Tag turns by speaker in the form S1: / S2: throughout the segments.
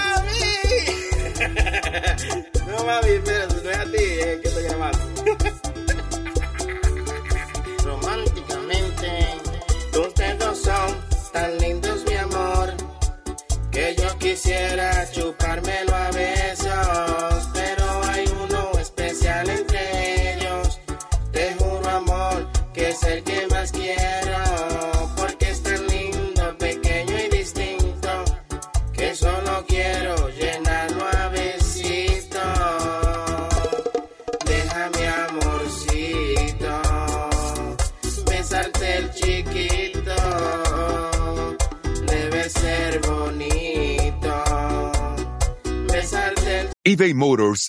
S1: eBay Motors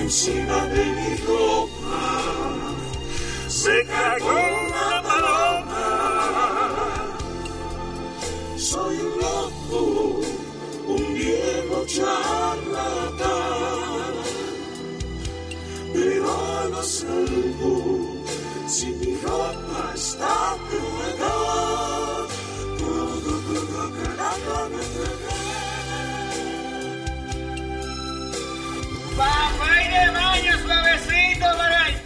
S2: encima de mi ropa. Se cagó una paloma. Soy un loco, un viejo charlatán. Pero no salgo si mi ropa está cagada.
S3: Papá y de baño suavecito, caray.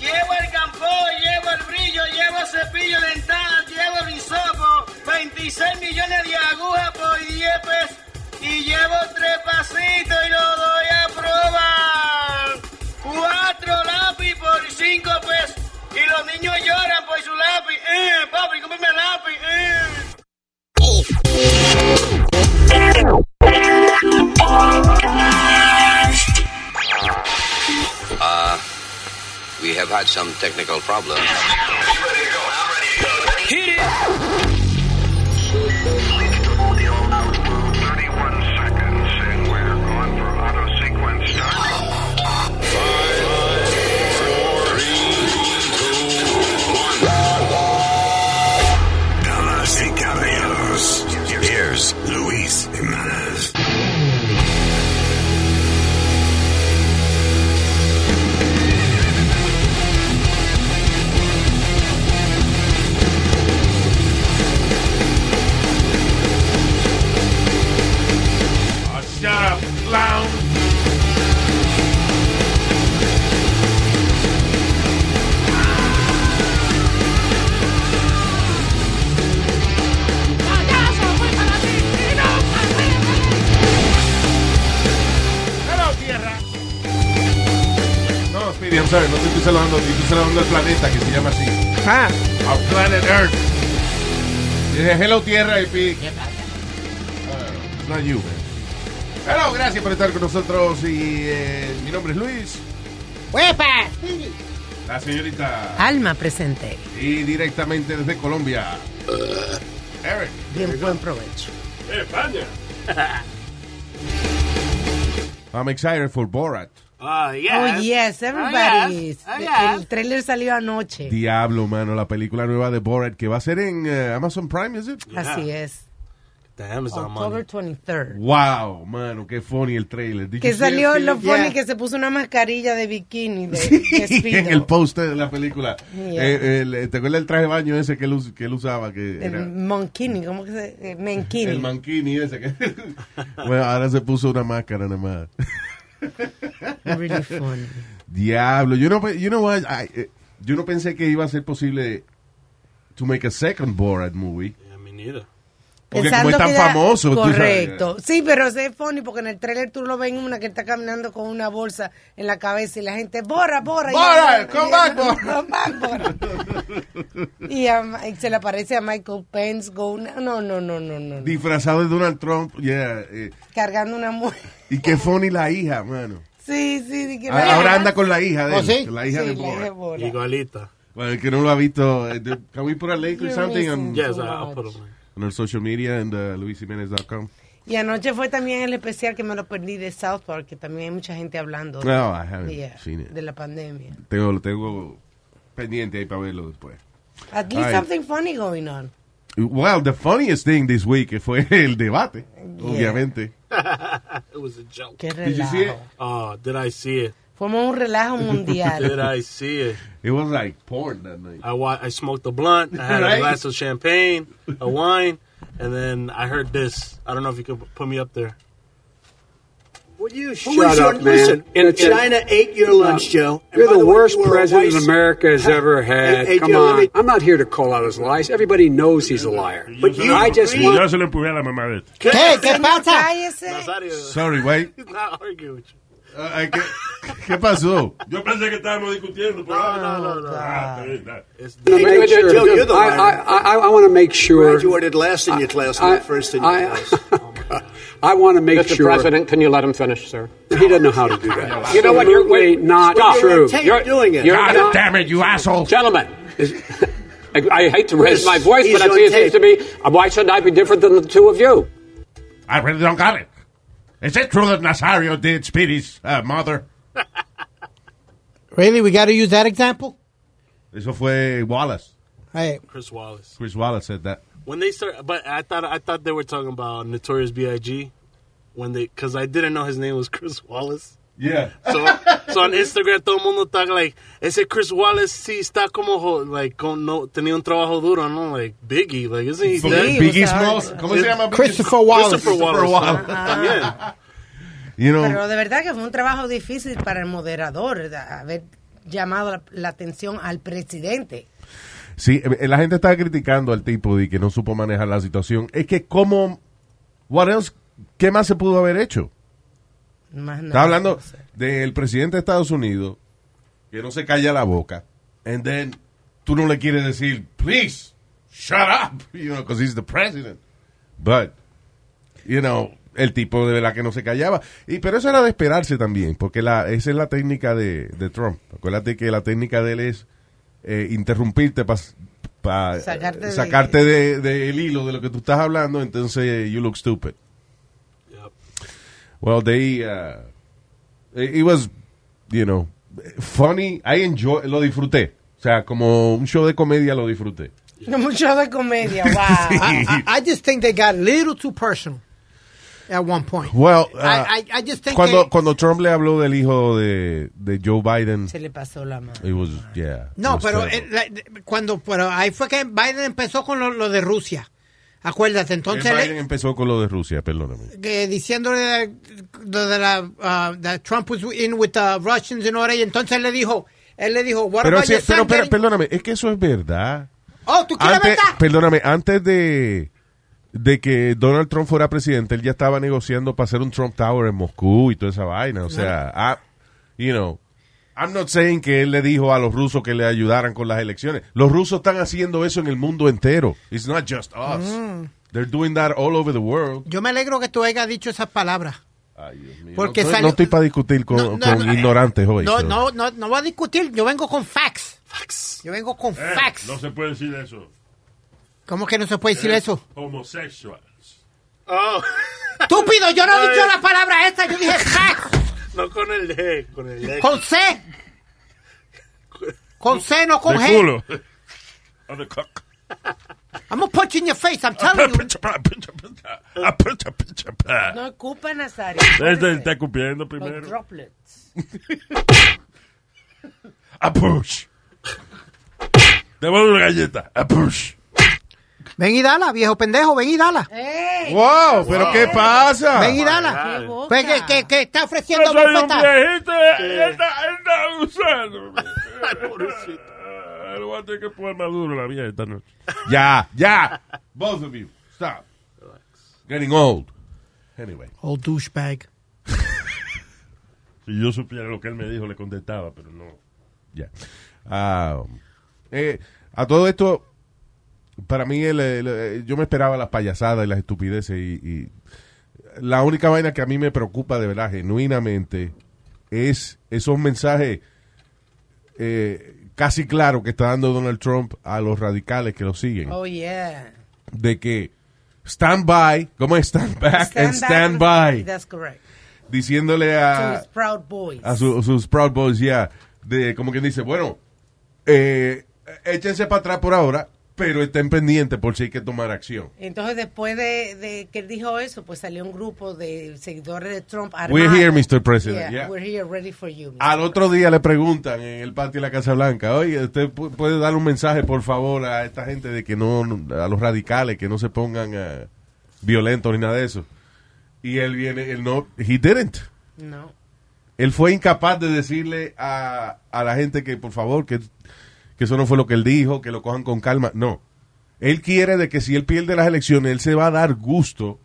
S3: Llevo el campo, llevo el brillo, llevo cepillo dental, llevo el hisopo, 26 millones de agujas por 10 pesos y llevo tres pasitos y lo doy a probar. Cuatro lápiz por 5 pesos y los niños lloran por su lápiz. Eh, papi, cómprame el lápiz. Eh.
S4: Uh, we have had some technical problems.
S2: es Luis Jiménez.
S5: Shut up, clown. Hello, Tierra.
S6: No, Speedy, I'm sorry, no te estoy saludando, te estoy saludando al planeta que se llama así.
S5: Ah, our planet Earth.
S6: Dije, hello Tierra y Speedy. Uh, not you, man. Hello, gracias por estar con nosotros y eh, mi nombre es Luis.
S7: ¡Huepa!
S6: La señorita
S7: Alma presente.
S6: y directamente desde Colombia. Eric. ¡Eh,
S7: Bien, buen provecho.
S5: España.
S6: I'm excited for Borat.
S3: Oh, yes.
S7: Oh, yes, everybody. is.
S3: Oh, yes.
S7: El trailer salió anoche.
S6: Diablo, mano, la película nueva de Borat que va a ser en eh, Amazon Prime, ¿es it?
S7: Así es.
S8: The Amazon
S7: October 23rd.
S6: Wow, mano, qué funny el trailer. Did you
S7: Que
S6: see
S7: salió
S6: it?
S7: lo
S6: Yeah.
S7: funny que se puso una mascarilla de bikini de, de Speedo.
S6: en el póster de la película.
S7: Yeah.
S6: Eh, el- ¿Te acuerdas del traje de baño ese que él, us- que él usaba? Que
S7: El
S6: era
S7: monkini, ¿cómo que se eh, Menkini.
S6: el manquini ese. Que... bueno, ahora se puso una máscara nada más.
S7: Really funny.
S6: Diablo, yo no, pe- you know what, I- eh, yo no pensé que iba a ser posible to make a second Borat movie.
S8: Yeah, me neither.
S6: Porque como
S7: Pensando
S6: es tan
S7: que era-
S6: famoso, tú sabes.
S7: Correcto. Sí, pero es funny porque en el trailer tú lo ves en una que está caminando con una bolsa en la cabeza y la gente, Bora, Bora. Y
S6: Bora,
S7: ella-
S6: come back, Bora.
S7: Come back, Bora. y, a Ma- y se le aparece a Michael Pence, con una- no, no, no, no, no, no.
S6: Disfrazado de Donald Trump, yeah. eh,
S7: Cargando una mujer.
S6: y qué funny la hija, mano.
S7: Sí, sí, sí, que no-
S6: A- Ah, Ahora anda con la hija de
S8: ¿Oh,
S6: él,
S8: sí?
S6: con la hija
S7: Sí,
S6: de
S7: la hija de
S6: Borat.
S7: Bora.
S8: Igualita.
S6: Bueno, el que no lo ha visto, eh, de- can we put a link or
S7: You're
S6: something on,
S7: missing.
S8: Yes, uh,
S7: So
S8: I- I'll put
S7: much.
S8: them in.
S6: on our social media and uh, luisjimenez.com?
S7: Y anoche fue también el especial que me lo perdí de South Park, que también hay mucha gente hablando de-
S6: No, I haven't
S7: yeah,
S6: seen it.
S7: de la pandemia.
S6: Tengo, lo tengo pendiente ahí para verlo después.
S7: At least
S6: Ay.
S7: something funny going on.
S6: Well, the funniest thing this week fue el debate, obviamente.
S8: It was a joke.
S7: Qué
S6: Did you see it?
S7: relajo.
S8: Oh, did I see it?
S7: Fuimos un relajo
S8: Did
S7: mundial.
S8: I see it?
S6: It was like porn that night.
S8: I wa- I smoked a blunt. I had
S6: Right?
S8: a glass of champagne, a wine, and then I heard this. I don't know if you could put me up there.
S9: Will you shut up, man? Listen, in China ate your lunch, Joe. You're the, worst president America has ever had. Come on. I'm not here to call out his lies. Everybody knows he's a liar. But you, I just want
S6: se lo empujé a la mamá de
S8: ¿Qué?
S7: ¿Qué pasa? Cállese.
S8: He's
S6: Sorry, güey.
S8: not arguing with you.
S6: Uh, ¿qué, ¿Qué pasó?
S5: Yo pensé que estábamos discutiendo. Pero
S8: No, no, no, no. It's
S9: to
S8: the,
S9: make sure.
S2: Joe, you're the
S9: I,
S2: liar.
S9: I, I, I want to make sure.
S2: Graduated last in your class,
S9: I,
S2: not first in your
S9: I,
S2: class.
S9: I want to make sure.
S10: can you let him finish, sir?
S9: He doesn't know how to do that.
S10: You know what? You're-
S9: Absolutely not
S2: Stop.
S9: true.
S2: You're on tape doing it.
S9: You're
S2: God
S9: not,
S6: damn it, you asshole.
S10: Gentlemen, is- I, I hate to raise my voice,
S2: He's
S10: but I
S2: on
S10: see it seems
S2: tape.
S10: to me, uh, why should I be different than the two of you?
S6: I really don't got it. Is it true that Nazario did Speedy's uh, mother?
S11: Really, we got to use that example.
S6: Eso fue Wallace.
S11: Hey,
S8: Chris Wallace.
S6: Chris Wallace said that.
S8: When they start, but I thought I thought they were talking about Notorious B.I.G. When they, because I didn't know his name was Chris Wallace.
S6: Yeah.
S8: So, so on Instagram todo el mundo está like, ese Chris Wallace sí está como, jo- like, con, no, tenía un trabajo duro, ¿no? Like, Biggie, like, isn't he dead?
S6: Biggie
S7: o sea,
S6: Smalls. ¿Cómo se llama? Biggie?
S11: Christopher Wallace.
S8: Christopher Wallace.
S6: Wallace.
S8: También.
S6: You know,
S7: Pero de verdad que fue un trabajo difícil para el moderador, de haber llamado la, la atención al presidente.
S6: sí, eh, la gente estaba criticando al tipo de que no supo manejar la situación. Es que cómo, what else, ¿qué más se pudo haber hecho?
S7: Más nada.
S6: Está hablando del presidente de Estados Unidos que no se calla la boca. And then tú no le quieres decir, please, shut up, you know, because he's the president. But, you know, el tipo de verdad que no se callaba. Y, pero eso era de esperarse también, porque la, esa es la técnica de, de Trump. Acuérdate que la técnica de él es eh, interrumpirte para
S7: Sacarte de-
S6: sacarte del de, del hilo de lo que tú estás hablando, entonces you look stupid.
S8: Yep.
S6: Well, they, uh, it it was, you know, funny. I enjoy, lo disfruté. O sea, como un show de comedia lo disfruté.
S7: Mucho de comedia, wow.
S11: I, I, I just think they got a little too personal at one point.
S6: Well, uh,
S11: I, I, I just think
S6: cuando,
S11: they-
S6: cuando Trump le habló del hijo de, de Joe Biden,
S7: Se le pasó la mano.
S6: it was, yeah.
S11: No,
S6: it was
S11: pero
S6: terrible.
S11: eh, la- cuando pero ahí fue que Biden empezó con lo, lo de Rusia. Acuérdate, entonces
S6: Eh,
S11: le-
S6: Biden empezó con lo de Rusia, perdóname.
S11: que diciéndole lo de la ah, that Trump was in with the Russians and all that, y entonces le dijo, él le dijo, what
S6: Pero,
S11: about
S6: sí,
S11: your son
S6: pero, pero
S11: getting-
S6: perdóname, es que eso es verdad.
S11: Oh, ¿tú quieres
S6: Antes,
S11: verdad?
S6: perdóname, antes de, de que Donald Trump fuera presidente, él ya estaba negociando para hacer un Trump Tower en Moscú y toda esa vaina. O sea, I- you know, I'm not saying que él le dijo a los rusos que le ayudaran con las elecciones. Los rusos están haciendo eso en el mundo entero. It's not just us.
S11: Mm.
S6: They're doing that all over the world.
S11: Yo me alegro que tú hayas dicho esas palabras. Porque
S6: no, estoy-
S11: salió-
S6: no estoy para discutir con,
S11: No, no,
S6: con
S11: no, eh,
S6: ignorantes hoy.
S11: No,
S6: so.
S11: no, no, no va a discutir. Yo vengo con facts. Yo vengo con
S5: Eh,
S11: facts.
S5: No se puede decir eso.
S11: ¿Cómo que no se puede decir
S5: Eh,
S11: eso?
S5: Homosexual.
S8: Oh,
S11: Estúpido, yo no he
S8: Ay.
S11: dicho la palabra esta. Yo dije facts.
S8: No con el D, con el D.
S11: Con C. Con C, no con
S5: De
S11: G.
S5: culo. On the cock.
S11: I'm gonna punch you in your face. I'm telling you.
S7: No ocupa Nazario.
S5: Desde está escupiendo
S7: Los
S5: primero.
S7: droplets.
S5: A push. Te voy a dar una galleta. A push.
S11: Ven y dala, viejo pendejo. Ven y dala.
S6: Wow, pero ¿qué pasa?
S11: Ven y dala.
S5: Qué
S11: Pues que, que, que está
S5: Yo
S11: ofreciendo
S5: soy un
S11: bofetada.
S5: viejito y él está, él está abusando. Eh, Lo voy a tener que poner más duro la vieja esta noche.
S6: Ya, ya. Both of you, stop. Getting old. Anyway.
S11: Old douchebag.
S5: Si yo supiera lo que él me dijo, le contestaba, pero no.
S6: Ya. Ah, eh, a todo esto, para mí, el- el- eh, yo me esperaba las payasadas y las estupideces. Y, y la única vaina que a mí me preocupa de verdad, genuinamente, es esos mensajes eh, casi claros que está dando Donald Trump a los radicales que lo siguen.
S7: Oh, yeah.
S6: De que stand by, ¿cómo es? Stand back and stand by.
S7: That's correct.
S6: Diciéndole
S7: To
S6: a,
S7: his proud boys.
S6: a su- sus Proud Boys, ya, de como quien dice, bueno, eh, échense para atrás por ahora, pero estén pendientes por si hay que tomar acción.
S7: Entonces, después de, de que él dijo eso, pues salió un grupo de seguidores de Trump armados.
S6: We're here, Mr. President, yeah. Ah.
S7: We're here, ready for you.
S6: Al otro día le preguntan en el patio de la Casa Blanca, oye, ¿usted pu- puede dar un mensaje, por favor, a esta gente de que no, a los radicales, que no se pongan eh, violentos ni nada de eso? Y él viene, él no, he didn't.
S7: No.
S6: Él fue incapaz de decirle a, a la gente que, por favor, que, que eso no fue lo que él dijo, que lo cojan con calma. No. Él quiere de que si él pierde las elecciones, él se va a dar gusto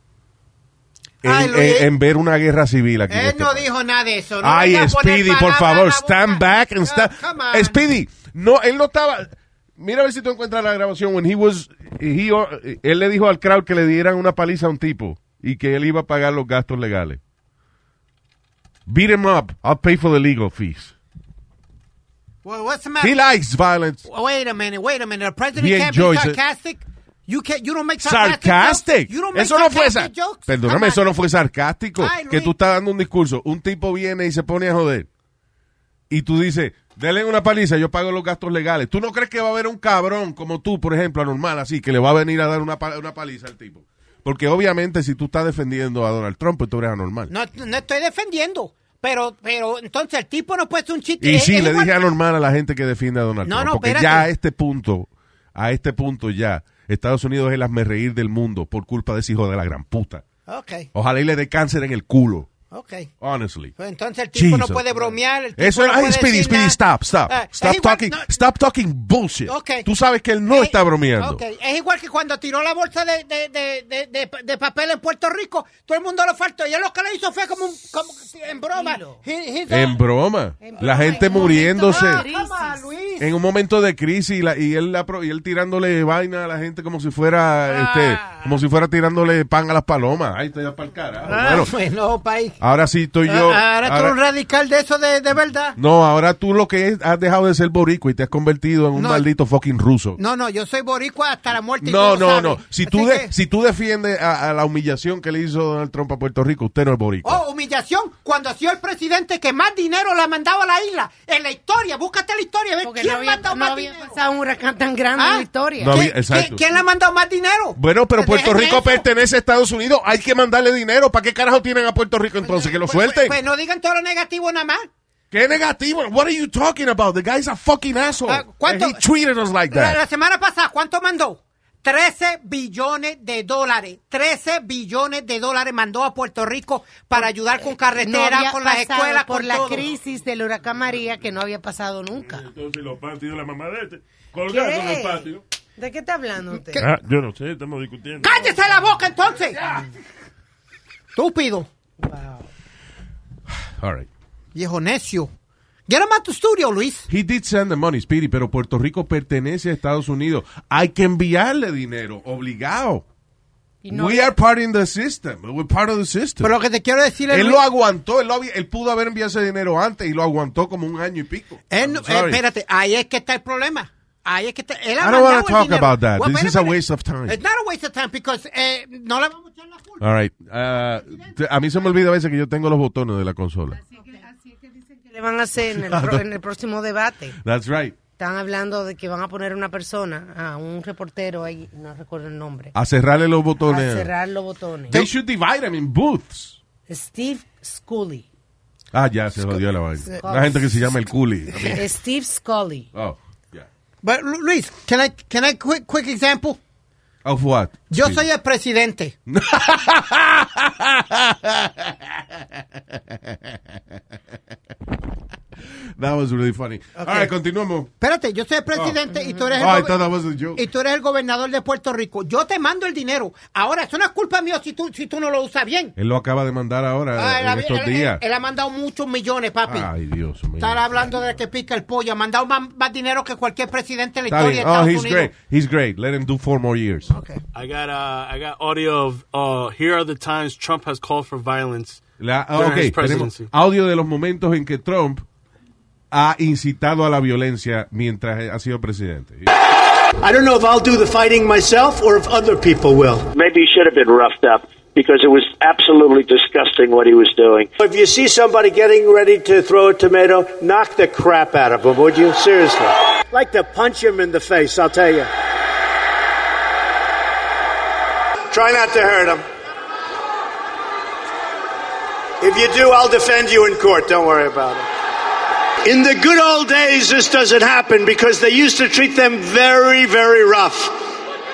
S6: en,
S11: Ay, Luis.
S6: en- en ver una guerra civil aquí. en
S11: Él
S6: este
S11: no
S6: país.
S11: dijo nada de eso. No
S6: Ay,
S11: venga a poner
S6: Speedy, por
S11: palabras en
S6: favor,
S11: la
S6: stand
S11: boca.
S6: back and stand.
S11: Oh, come on.
S6: Speedy, no, él no estaba. Mira a ver si tú encuentras la grabación. When he was, he- él le dijo al crowd que le dieran una paliza a un tipo y que él iba a pagar los gastos legales. Beat him up. I'll pay for the legal fees.
S11: Well, what's the matter?
S6: He likes violence.
S11: Wait a minute, wait a minute. The president
S6: He
S11: can't be
S6: enjoys it.
S11: sarcastic. You can't. You don't make sarcastic.
S6: Sarcastic.
S11: jokes? You don't make
S6: Eso no fue
S11: sarcastic
S6: sar-
S11: jokes. Come
S6: Perdóname,
S11: on.
S6: eso no fue sarcástico.
S11: Ay, Luis.
S6: que tú estás dando un discurso. Un tipo viene y se pone a joder. Y tú dices, denle una paliza, yo pago los gastos legales. ¿Tú no crees que va a haber un cabrón como tú, por ejemplo, anormal así, que le va a venir a dar una, pa- una paliza al tipo? Porque obviamente si tú estás defendiendo a Donald Trump, pues tú eres anormal.
S11: No, no estoy defendiendo, pero, pero entonces el tipo no puede hacer un chiste.
S6: y
S11: Es-
S6: sí,
S11: es
S6: le
S11: igual-
S6: dije anormal a la gente que defiende a Donald
S11: eh, No,
S6: Trump.
S11: no,
S6: porque
S11: espérate.
S6: ya a este punto, a este punto ya, Estados Unidos es el asmerreír del mundo por culpa de ese hijo de la gran puta.
S11: Okay,
S6: Ojalá y le dé cáncer en el culo.
S11: okay.
S6: Honestly.
S11: Pues entonces el tipo no
S6: Jesus.
S11: puede bromear. el tipo
S6: Eso
S11: no
S6: es. Ay,
S11: puede
S6: Speedy,
S11: decir
S6: Speedy,
S11: nada.
S6: stop, stop.
S11: Eh, es
S6: stop
S11: igual-
S6: talking,
S11: no,
S6: stop talking bullshit.
S11: Ok. Eh,
S6: Tú sabes que él no está bromeando.
S11: Ok, Es igual que cuando tiró la bolsa de, de, de, de, de- de papel en Puerto Rico, todo el mundo lo faltó. Y él lo que le hizo fue como, un, como en broma. He- he's a-
S6: En broma. La gente muriéndose.
S11: Ah, come on, Luis.
S6: En un momento de crisis y, la- y él, la pro- y él tirándole vaina a la gente como si fuera este, como si fuera tirándole pan a las palomas. Ay, te da pa'l carajo.
S11: Ah,
S6: Bueno,
S11: bueno, país.
S6: ahora sí estoy yo.
S11: Ah, ahora tú
S6: ahora-
S11: eres un radical de eso de, de verdad.
S6: no, ahora tú lo que es, has dejado de ser boricua y te has convertido en un
S11: No.
S6: maldito fucking ruso.
S11: No, no, yo soy boricua hasta la muerte. y
S6: No,
S11: tú lo
S6: no,
S11: sabes.
S6: no. Si
S11: Así
S6: tú, de-
S11: que-
S6: si tú defiendes a, a la humillación que le hizo Donald Trump a Puerto Rico, usted no es boricua.
S11: Oh, humillación cuando sido el presidente que más dinero le ha mandado a la isla. En la historia, búscate la historia, a ver
S7: Porque
S11: quién
S7: no había,
S11: mandó
S7: no
S11: más
S7: había
S11: dinero.
S7: pasado un huracán tan grande en
S11: Ah,
S7: la historia.
S6: No había-
S7: ¿Qué-
S6: exacto.
S11: ¿Quién le ha mandado más dinero? Pues
S6: Bueno, pero Puerto
S11: Dejen
S6: Rico
S11: eso.
S6: pertenece a Estados Unidos. Hay que mandarle dinero. ¿Para qué carajo tienen a Puerto Rico entonces? Que lo suelten.
S11: Pues no digan todo lo negativo nada más.
S6: ¿Qué negativo? What are you talking about? The guy's a fucking asshole.
S11: Ah, ¿cuánto-
S6: And he treated us like
S11: La, la
S6: that.
S11: semana pasada, ¿cuánto mandó? 13 billones de dólares. 13 billones de dólares mandó a Puerto Rico para ayudar con carretera,
S7: Pues, eh, había
S11: con Este las
S7: pasado
S11: escuelas,
S7: por
S11: con
S7: la
S11: todo.
S7: crisis del huracán María que no había pasado nunca.
S5: Entonces los patios de la mamá de este, colgando en el patio.
S7: ¿De qué está hablando usted?
S5: Ah, yo no sé, estamos discutiendo.
S11: ¡Cállese la boca entonces! Estúpido.
S6: All right.
S11: Viejo necio. Get him out the studio, Luis.
S6: He did send the money, Speedy, pero Puerto Rico pertenece a Estados Unidos. Hay que enviarle dinero, obligado.
S7: Y no
S6: We are part in the system. We're part of the system.
S11: Pero lo que te quiero decir es...
S6: él
S11: Luis,
S6: lo aguantó, él, lo había- él pudo haber enviado ese dinero antes y lo aguantó como un año y pico.
S11: él no-
S6: I'm sorry.
S11: eh, espérate, ahí es que está el problema. Ahí es que está... Él ha
S6: I don't want
S11: mandado
S6: to
S11: el
S6: talk
S11: dinero.
S6: about that.
S11: Well,
S6: This
S11: espérate,
S6: is a waste of time.
S11: It's not a waste of time because eh, no la vamos a echar la culpa.
S6: All right. Ah, te- a mí se me olvida a veces que yo tengo los botones de la consola.
S7: ¿Qué le van a hacer en el, pro- en el próximo debate?
S6: That's right.
S7: Están hablando de que van a poner una persona, a un reportero ahí, no recuerdo el nombre,
S6: A cerrarle los
S7: a
S6: botones.
S7: cerrar los botones.
S6: They should divide them in booths.
S7: Steve Scully.
S6: Ah, ya, se jodió la vaina. La gente que se llama el culi.
S7: Steve Scully.
S6: Oh, yeah.
S11: But Lu- Luis, can I, can I quick, quick example?
S6: Of what?
S11: Yo
S6: Sí.
S11: soy el presidente.
S6: That was really funny. All
S11: Okay.
S6: right, continuemos.
S11: Espérate, yo soy el presidente y tú eres el
S6: Oh, I
S11: gobe-
S6: thought that was a joke.
S11: y tú eres el gobernador de Puerto Rico. Yo te mando el dinero. Ahora, eso no es culpa mía si tú, si tú no lo usas bien.
S6: Él lo acaba de mandar ahora
S11: Ah, él,
S6: Eh, en
S11: ha-
S6: estos
S11: él-
S6: días. Ah.
S11: él- él ha mandado muchos millones, papi.
S6: Ay, Dios mío.
S11: Estar hablando de que pica el pollo. Ha mandado más, más dinero que cualquier presidente en la
S6: Está
S11: historia
S6: bien.
S11: de
S6: Oh,
S11: Estados
S6: he's
S11: Unidos.
S6: great. He's great. Let him do four more years.
S8: I got uh, I got audio of uh, here are the times Trump has called for violence
S6: La, ah,
S8: during
S6: ok,
S8: his
S6: tenemos
S8: presidency.
S6: audio de los momentos en que Trump ha incitado a la violencia mientras ha sido presidente.
S12: I don't know if I'll do the fighting myself or if other people will.
S13: Maybe he should have been roughed up because it was absolutely disgusting what he was doing.
S12: If you see somebody getting ready to throw a tomato, knock the crap out of them, would you? Seriously. Like to punch him in the face, I'll tell you. Try not to hurt him. If you do, I'll defend you in court. Don't worry about it. In the good old days, this doesn't happen because they used to treat them very, very rough.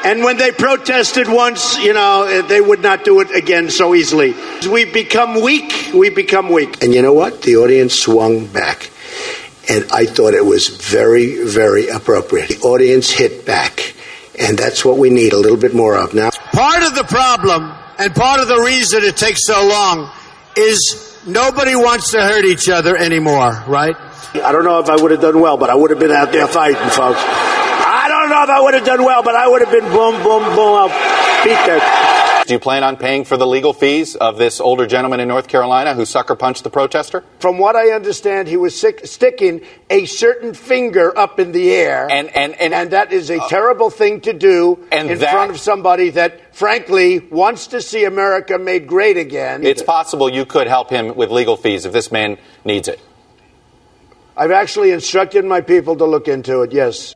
S12: And when they protested once, you know, eh, they would not do it again so easily. We've become weak. We've become weak.
S14: And you know what? The audience swung back. And I thought it was very, very appropriate. The audience hit back. And that's what we need a little bit more of now.
S12: Part of the problem and part of the reason it takes so long is nobody wants to hurt each other anymore, right?
S14: I don't know if I would have done well, but I would have been out there fighting, folks. I don't know if I would have done well, but I would have been boom, boom, boom. I'll beat that.
S15: Do you plan on paying for the legal fees of this older gentleman in North Carolina who sucker punched the protester?
S14: From what I understand, he was sick, sticking a certain finger up in the air.
S15: And- and- and- Uh,
S14: that is a terrible thing to do
S15: And
S14: in
S15: that-
S14: front of somebody that, frankly, wants to see America made great again.
S15: It's possible you could help him with legal fees if this man needs it.
S14: I've actually instructed my people to look into it, yes.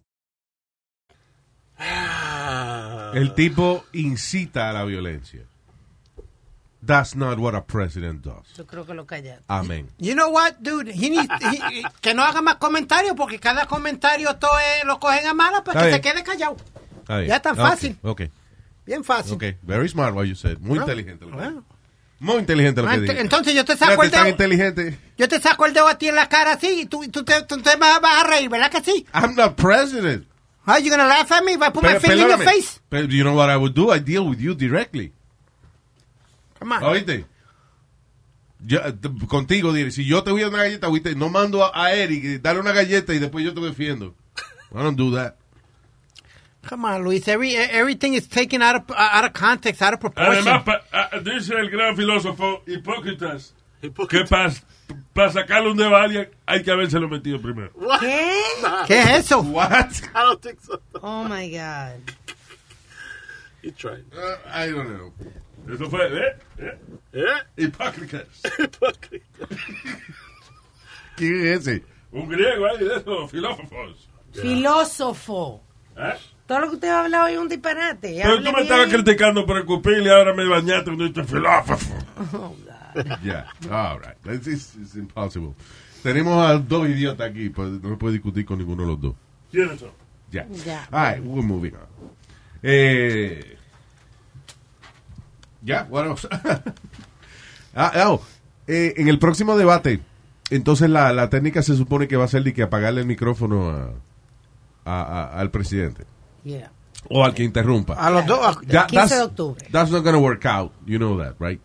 S6: El tipo incita a la violencia. That's not what a president does.
S7: Yo creo que lo callaron.
S6: Amén.
S11: You know what, dude? He needs- he- que no haga más comentarios porque cada comentario todo es- lo cogen a mala, pues
S6: Está
S11: que se
S6: bien.
S11: quede callado.
S6: Está bien.
S11: Ya tan
S6: Ah, ok,
S11: fácil.
S6: Ok,
S11: Bien fácil.
S6: ok. Very smart what you said. Muy
S11: Bueno,
S6: inteligente. lo que-
S11: bueno.
S6: Muy inteligente lo que
S11: Ent-
S6: dije.
S11: Entonces yo te saco este
S6: Fíjate,
S11: el
S6: tan
S11: dedo.
S6: inteligente.
S11: Yo te saco el dedo a ti en la cara así y tú, tú, te, tú te vas vas a reír, ¿verdad que sí?
S6: I'm not president.
S11: Are you gonna laugh at me? if I put my
S6: Pe-
S11: finger in your
S6: perdóname.
S11: face?
S6: Pero you know what I would do? I deal with you directly.
S11: Come on.
S6: ¿Oíste? Yo, eh, t- contigo, diré, si yo te voy a dar una galleta, ¿oíste? no mando a, a Eric, eh, dale una galleta y después yo te defiendo. I don't do that.
S11: Come on, Luis. Every, e, everything is taken out of, out of context, out of proportion.
S5: Además, pa- a- dice el gran filósofo Hipócritas, que para sacarle un dedo a alguien hay que habérselo metido primero.
S7: ¿Qué?
S11: ¿Qué es eso?
S6: What?
S8: I don't think so.
S7: Oh my God.
S8: He tried.
S6: Uh, I don't know.
S5: Eso fue, ¿eh? ¿eh?
S6: Hipócritas. ¿Quién es ese?
S5: Un griego ahí de esos filósofos.
S7: Filósofo.
S5: ¿Eh?
S7: Todo lo que usted ha hablado hoy es un disparate.
S5: Pero
S7: Hable
S5: tú me
S7: bien.
S5: estabas criticando por escupirle y ahora me bañaste con este filósofo.
S6: Yeah, all right. This is, it's impossible. Tenemos a dos idiotas aquí, pues, no se puede discutir con ninguno de los dos.
S5: ¿Quiénes son?
S6: Ya.
S5: Ya.
S6: All right, we're moving on. Eh, ya, what else? ah, oh, eh, en el próximo debate, entonces la, la técnica se supone que va a ser de que apagarle el micrófono a- a- a- al presidente
S7: Yeah.
S6: o al que interrumpa.
S11: A los dos.
S7: El
S6: That-
S7: 15 de
S6: that's-
S7: octubre.
S6: That's not going to work out. You know that, right?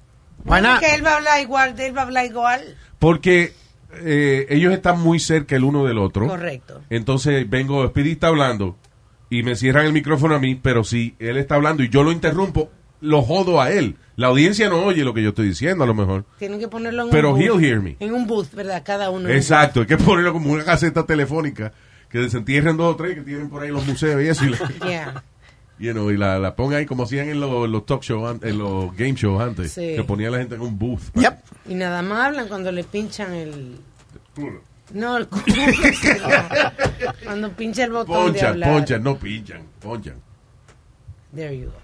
S7: Porque él va a hablar igual, de él va a hablar igual.
S6: Porque eh, ellos están muy cerca el uno del otro.
S7: Correcto.
S6: Entonces vengo, Speedy está hablando y me cierran el micrófono a mí, pero si él está hablando y yo lo interrumpo, lo jodo a él. La audiencia no oye lo que yo estoy diciendo a lo mejor.
S7: Tienen que ponerlo en
S6: Pero
S7: un booth.
S6: he'll hear me.
S7: En un booth, ¿verdad? Cada uno.
S6: Exacto, hay que ponerlo como una caseta telefónica que desentierren dos o tres que tienen por ahí los museos y eso. Y, la,
S7: Yeah.
S6: you know, y la, la ponga ahí como hacían en los, los talk shows, an- en los game shows antes,
S7: Sí.
S6: que ponía la gente en un booth.
S7: Y nada más hablan cuando le pinchan el...
S6: Culo.
S7: No, el culo. señor. cuando pincha el botón de
S6: Ponchan,
S7: hablar.
S6: ponchan, no pinchan, ponchan.
S7: There you go.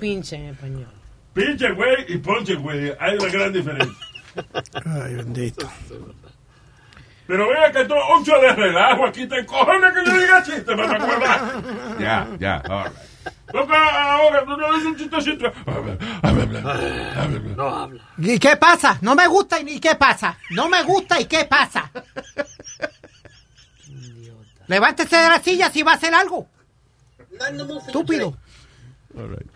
S7: Pincha en español.
S5: Pinche güey y ponche güey. Hay una gran diferencia.
S16: Ay, bendito.
S5: Pero vea que tú, ocho de relajo, aquí te cojones que yo diga chiste, me acuerdas.
S6: Ya, ya, all right.
S5: Porque ahora tú no dices un chistecito.
S8: No habla.
S11: ¿Y qué pasa? No me gusta y y qué pasa. No me gusta y qué pasa. Levántese de la silla si va a hacer
S6: Oh.
S11: algo. Estúpido.
S6: All right.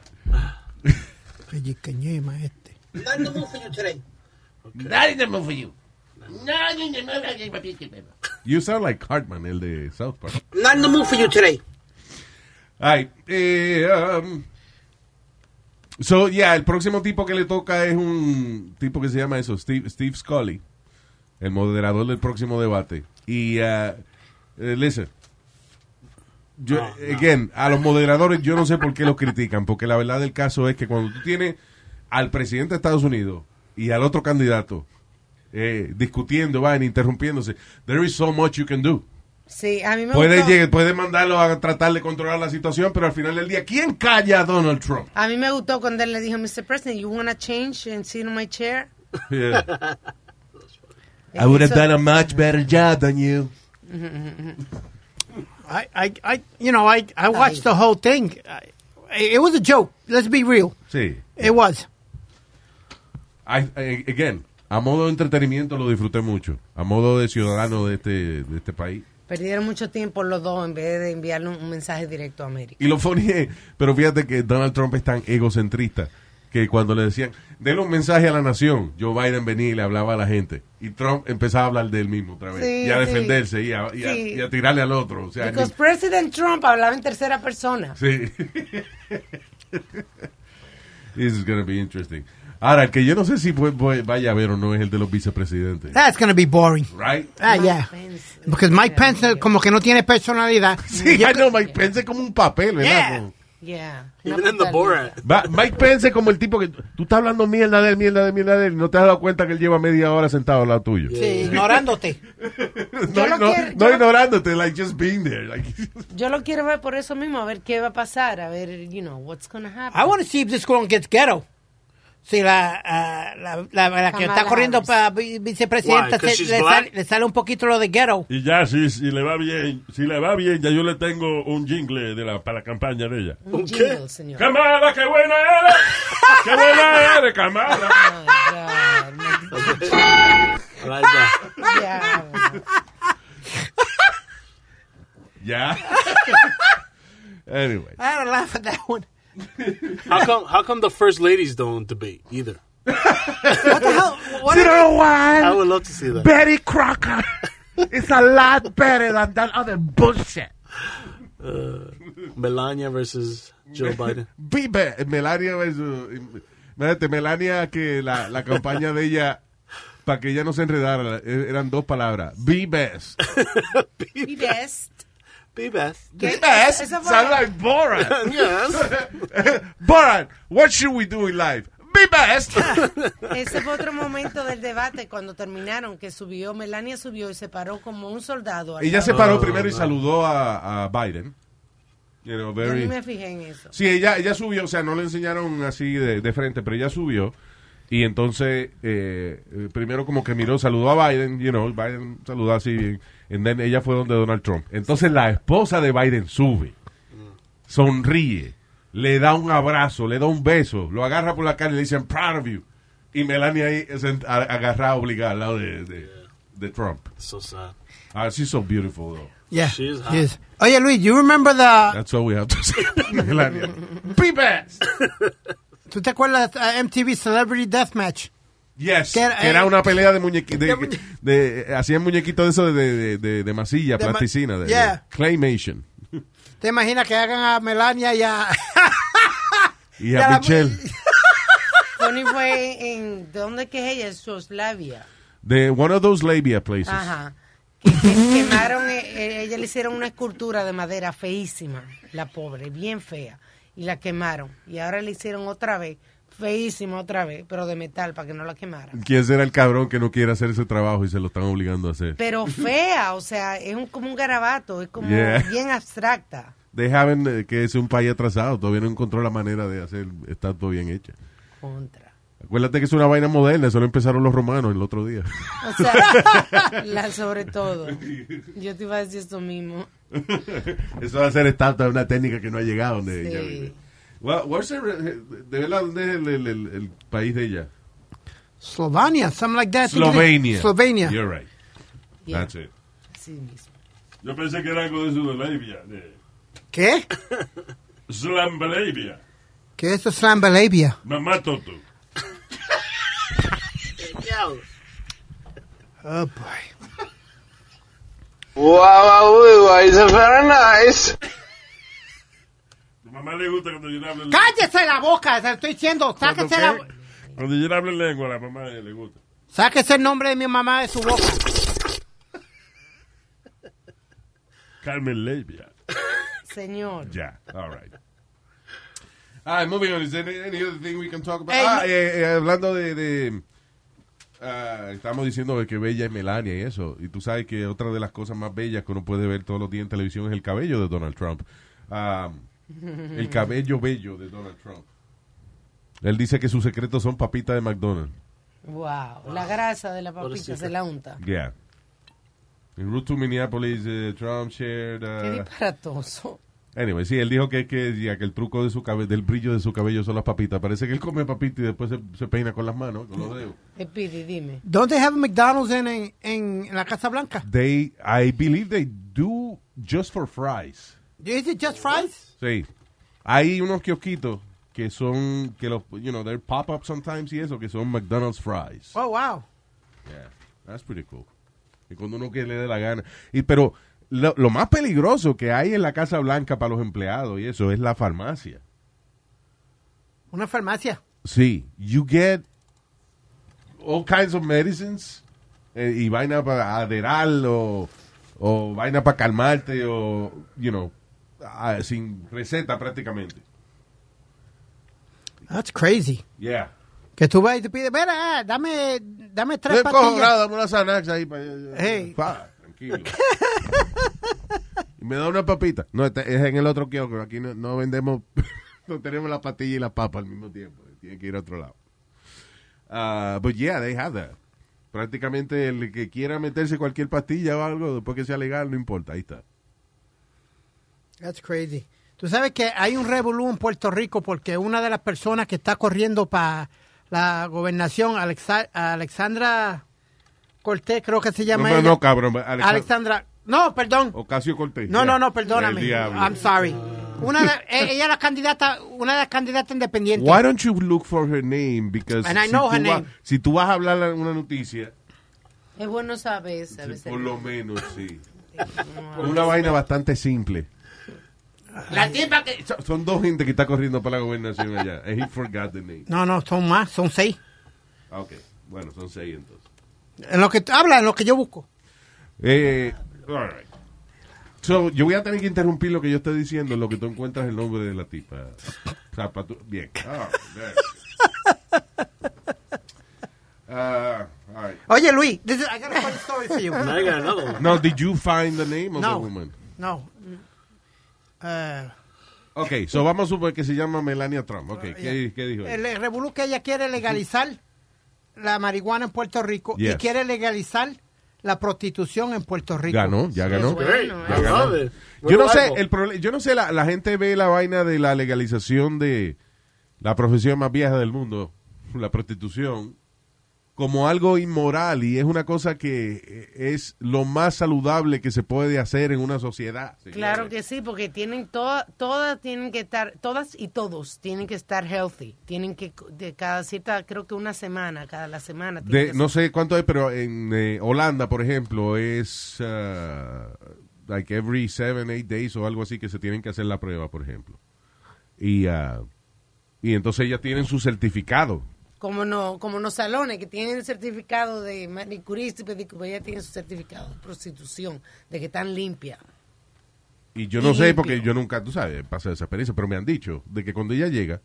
S11: Pellicañema este.
S2: Not the move for you today.
S6: Not in the mood for you.
S2: Not in the move
S6: You sound like Cartman, el de South Park.
S2: Not in the move for you today.
S6: Ay, eh, um, so, yeah, el próximo tipo que le toca es un tipo que se llama eso, Steve, Steve Scully, el moderador del próximo debate. Y, uh, eh, listen, yo, again, a los moderadores yo no sé por qué los critican, porque la verdad del caso es que cuando tú tienes al presidente de Estados Unidos y al otro candidato eh, discutiendo, van interrumpiéndose, there is so much you can do.
S7: Sí, a mí me
S6: Puede,
S7: gustó.
S6: llegar- puede mandarlo a tratar de controlar la situación, pero al final del día, ¿quién calla a Donald Trump?
S7: A mí me gustó cuando él le dijo, Mr. President, you wanna change and sit on my chair?
S6: I would have done a much better job than you.
S11: I, I, I, you know, I, I watched the whole thing. I, it was a joke. Let's be real.
S6: Sí.
S11: It was.
S6: I- I- again, a modo de entretenimiento lo disfruté mucho. A modo de ciudadano de este, de este país.
S7: Perdieron mucho tiempo los dos en vez de enviarle un, un mensaje directo a América.
S6: Y lo funny es, pero fíjate que Donald Trump es tan egocentrista que cuando le decían, denle un mensaje a la nación, Joe Biden venía y le hablaba a la gente. Y Trump empezaba a hablar de él mismo otra vez.
S7: Sí,
S6: y a
S7: sí.
S6: defenderse y a, y a-
S7: Sí.
S6: y a tirarle al otro. O sea, ni-
S7: Because President Trump hablaba en tercera persona.
S6: Sí. This is gonna be interesting. Ahora, el que yo no sé si fue- fue- vaya a ver o no es el de los vicepresidentes.
S11: That's going to be boring.
S6: Right?
S11: Ah, yeah. Because Mike Pence eh, como que no tiene personalidad.
S6: Sí, I know, Mike Pence es como un papel, ¿verdad? Como-
S7: Yeah.
S8: Even in the Borat.
S6: Va- Mike Pence es como el tipo que tú estás hablando mierda de él, mierda de él, mierda de él, y no te has dado cuenta que él lleva media hora sentado al lado tuyo.
S11: Sí, ignorándote.
S6: No,
S7: lo
S6: no- no
S7: quiero- yo lo-
S6: ignorándote, like just being there. like-
S7: Yo lo quiero ver por eso mismo, a ver qué va a pasar, a ver, you know, what's gonna happen.
S11: I want to see if this girl gets ghetto. si la, ah, la, la- la que
S7: Kamala
S11: está corriendo para
S5: Why?
S11: vi- vicepresidenta
S5: 'Cause
S11: se-
S5: she's
S11: le,
S5: black?
S11: sale, le sale un poquito lo de ghetto.
S5: Y ya, si, si le va bien, si le va bien, ya yo le tengo un jingle de la, para la campaña de ella.
S2: Mm.
S7: Un jingle, señor.
S5: Camara, qué buena eres. qué buena eres, Camara.
S6: Ya. anyway.
S11: I don't laugh at that one.
S8: How come? How come the first ladies don't debate either?
S2: What you know why?
S8: I would love to see that.
S2: Betty Crocker is a lot better than that other bullshit.
S8: Uh, Melania versus Joe Biden.
S6: Vive. Melania versus- Imagínate, Melania, que la, la campaña de ella, para que ella no se enredara, eh, eran dos palabras. Be best.
S7: Be best.
S8: Be best.
S6: Be best.
S7: Esa
S6: Sound
S7: fue-
S6: like Borat. Borat, what should we do in life? Be best.
S7: Ese fue otro momento del debate cuando terminaron, que subió, Melania subió y se paró como un soldado. al
S6: ella se
S7: lado.
S6: paró primero y saludó a, a Biden. You know,
S7: Yo
S6: very-
S7: ni me fijé en eso.
S6: Sí, ella, ella subió, o sea, no le enseñaron así de, de frente, pero ella subió. Y entonces, eh, eh, primero como que miró, saludó a Biden, you know, Biden saludó así bien. And then ella fue donde Donald Trump. Entonces la esposa de Biden sube, sonríe, le da un abrazo, le da un beso, lo agarra por la cara y le dice, I'm proud of you. Y Melania ahí es en- a- agarrada, obligada al lado de, de, de Trump.
S8: So sad.
S6: Ah, she's so beautiful, though.
S11: Yeah.
S8: She is hot.
S11: Yes. Oye, Luis, you remember the...
S6: That's all we have to say about Melania. Be best.
S11: ¿Tú te acuerdas de MTV Celebrity Deathmatch?
S6: Yes,
S11: Que
S6: que
S11: era- eh,
S6: era, una pelea de muñequitos. De, de- eh, hacían muñequitos de eso de, de, de- de masilla,
S11: De ma-
S6: plasticina. de- de
S11: Yeah.
S6: claymation.
S11: ¿Te imaginas que hagan a Melania y a...
S6: Y
S11: Ya
S6: a
S11: la-
S6: Michelle
S7: Tony fue en, ¿de dónde que es ella? Soslavia.
S6: de one of those labia places.
S7: Ajá. Que, que- quemaron, eh, eh, ella le hicieron una escultura de madera feísima, la pobre, bien fea, y la quemaron. Y ahora le hicieron otra vez, feísima otra vez, pero de metal para que no la quemaran.
S6: ¿Quién será el cabrón que no quiere hacer ese trabajo y se lo están obligando a hacer?
S7: Pero fea, o sea, es un, como un garabato, es como
S6: Yeah.
S7: bien abstracta.
S6: They haven't, eh, que es un país atrasado, todavía no encontró la manera de hacer, está todo bien hecha.
S7: Contra.
S6: Acuérdate que es una vaina moderna, solo empezaron los romanos el otro día.
S7: O sea, la sobre todo. Yo te iba a decir esto mismo.
S6: Eso va a ser estatua de una técnica que no ha llegado donde ella
S7: Sí.
S6: vive. Well, where's her- ¿De verdad dónde es el, el- el- el país de ella?
S11: Slovenia, something like that. I think it is.
S6: Slovenia.
S11: Slovenia.
S6: You're right.
S7: Yeah.
S6: That's it.
S7: Sí mismo.
S5: Yo pensé que era algo de Sudolabia, de
S11: ¿Qué?
S5: Slambalabia.
S11: ¿Qué es eso, Slambelabia?
S5: Mamá Toto.
S11: Oh, boy.
S2: Wow, wow, wow, wow, it's very nice.
S5: Tu mamá le gusta cuando yo le hablo
S11: ¡Cállese la boca! Se lo estoy diciendo.
S5: Cuando
S11: Sáquese, la,
S5: qué? Cuando yo le hablo en lengua, a la mamá le gusta.
S11: sáquese el nombre de mi mamá de su boca.
S5: Carmen Labia.
S7: Señor.
S6: Ya. All right. All right, moving on. Is there any other thing we can talk about?
S7: Ey,
S6: ah,
S7: no-
S6: eh, eh, hablando de... de, ah, estamos diciendo de que bella es Melania y eso. Y tú sabes que otra de las cosas más bellas que uno puede ver todos los días en televisión es el cabello de Donald Trump. Ah, el cabello bello de Donald Trump. Él dice que sus secretos son papitas de McDonald's.
S7: Wow.
S6: Ah,
S7: La grasa de la papita se la unta.
S6: Yeah. En route to Minneapolis, eh, Trump shared... ah,
S7: Qué disparatoso.
S6: Anyway, sí, él dijo que, que, ya que el truco de su cabello, del brillo de su cabello son las papitas. Parece que él come papitas y después se, se peina con las manos, con los dedos.
S7: Speedy, Eh, dime.
S11: Don't they have a McDonald's en, en, en la Casa Blanca?
S6: They, I believe they do just for fries.
S11: Is it just fries?
S6: Sí. Hay unos kiosquitos que son, que los, you know, they're pop-up sometimes y eso, que son McDonald's fries.
S11: Oh, wow.
S6: Yeah, that's pretty cool. Y cuando uno que le dé la gana. Y, pero lo, lo más peligroso que hay en la Casa Blanca para los empleados y eso es la farmacia.
S11: Una farmacia.
S6: Sí, you get all kinds of medicines eh, y vaina para aderal o, o vaina para calmarte o, you know, ah, sin receta prácticamente.
S11: That's crazy.
S6: Yeah.
S11: Que tú vas y te pides, mira, ah, dame, dame tres
S6: Yo cojo nada,
S11: pastillas.
S6: dame una Xanax ahí para...
S11: Hey.
S6: Ah, tranquilo. y me da una papita. No, este es en el otro kiosco. Aquí no, no vendemos, no tenemos la pastilla y la papa al mismo tiempo. Tiene que ir a otro lado. Uh, but yeah, they have that. Prácticamente el que quiera meterse cualquier pastilla o algo, después que sea legal, no importa, ahí está.
S11: That's crazy. Tú sabes que hay un revolú en Puerto Rico porque una de las personas que está corriendo para la gobernación, Alexa- Alexandra Cortés, creo que se
S6: No,
S11: llama
S6: no,
S11: ella.
S6: no, cabrón. Alexa-
S11: Alexandra. No, perdón.
S6: Ocasio Cortés.
S11: No, no, no,
S6: El
S11: perdóname.
S6: diablo.
S11: I'm sorry. Una de- eh, ella es la candidata, una de las candidatas independientes.
S6: Why don't you look for her name? Because
S11: And I know
S6: si,
S11: her
S6: tú vas-
S11: name.
S6: si tú vas a hablar en una noticia,
S7: Es bueno saber, ¿sabes?
S6: por lo menos sí. una vaina bastante simple.
S11: La tipa que...
S6: So- Son dos gente que está corriendo para la gobernación allá. And he forgot the name.
S11: No, no, son más, son seis.
S6: Ah, Ok, bueno, son seis entonces.
S11: En lo que habla, en lo que yo busco.
S6: Eh, all right. So, yo voy a tener que interrumpir lo que yo estoy diciendo, lo que tú encuentras el nombre de la tipa. O sea, pa' tú- bien. Ah, there. Ah, all right.
S11: Oye, Luis, this is- I got a funny story for you.
S8: I got another one.
S6: No, did you find the name of the
S11: No.
S6: woman?
S11: No. Eh,
S6: Ok, so vamos a suponer que se llama Melania Trump. Ok, ¿qué, qué dijo? ella?
S11: Oh, el revolú que ella quiere legalizar la marihuana en Puerto Rico y
S6: Yes.
S11: quiere legalizar la prostitución en Puerto Rico.
S6: Ganó, ya ganó.
S11: bueno,
S6: Ya
S11: I
S6: ganó.
S11: love it.
S6: Yo no sé,
S11: Revival.
S6: el proble- yo no sé, la, la gente ve la vaina de la legalización de la profesión más vieja del mundo, la prostitución, como algo inmoral y es una cosa que eh, es lo más saludable que se puede hacer en una sociedad.
S7: Claro que sí, porque tienen todas, todas tienen que estar, todas y todos tienen que estar healthy. Tienen que, de cada cierta, creo que una semana, cada la semana. tienen
S6: De-
S7: que
S6: no sé cuánto es, pero en eh, Holanda, por ejemplo, es ah, like every seven, eight days o algo así que se tienen que hacer la prueba, por ejemplo. Y, ah, y entonces ellas tienen su certificado.
S7: como no como los salones que tienen el certificado de manicurista y pedicurista ya tienen su certificado de prostitución de que están limpia
S6: Y yo no sé, porque yo nunca, tú sabes, pasa esa experiencia, pero me han dicho de que cuando ella llega,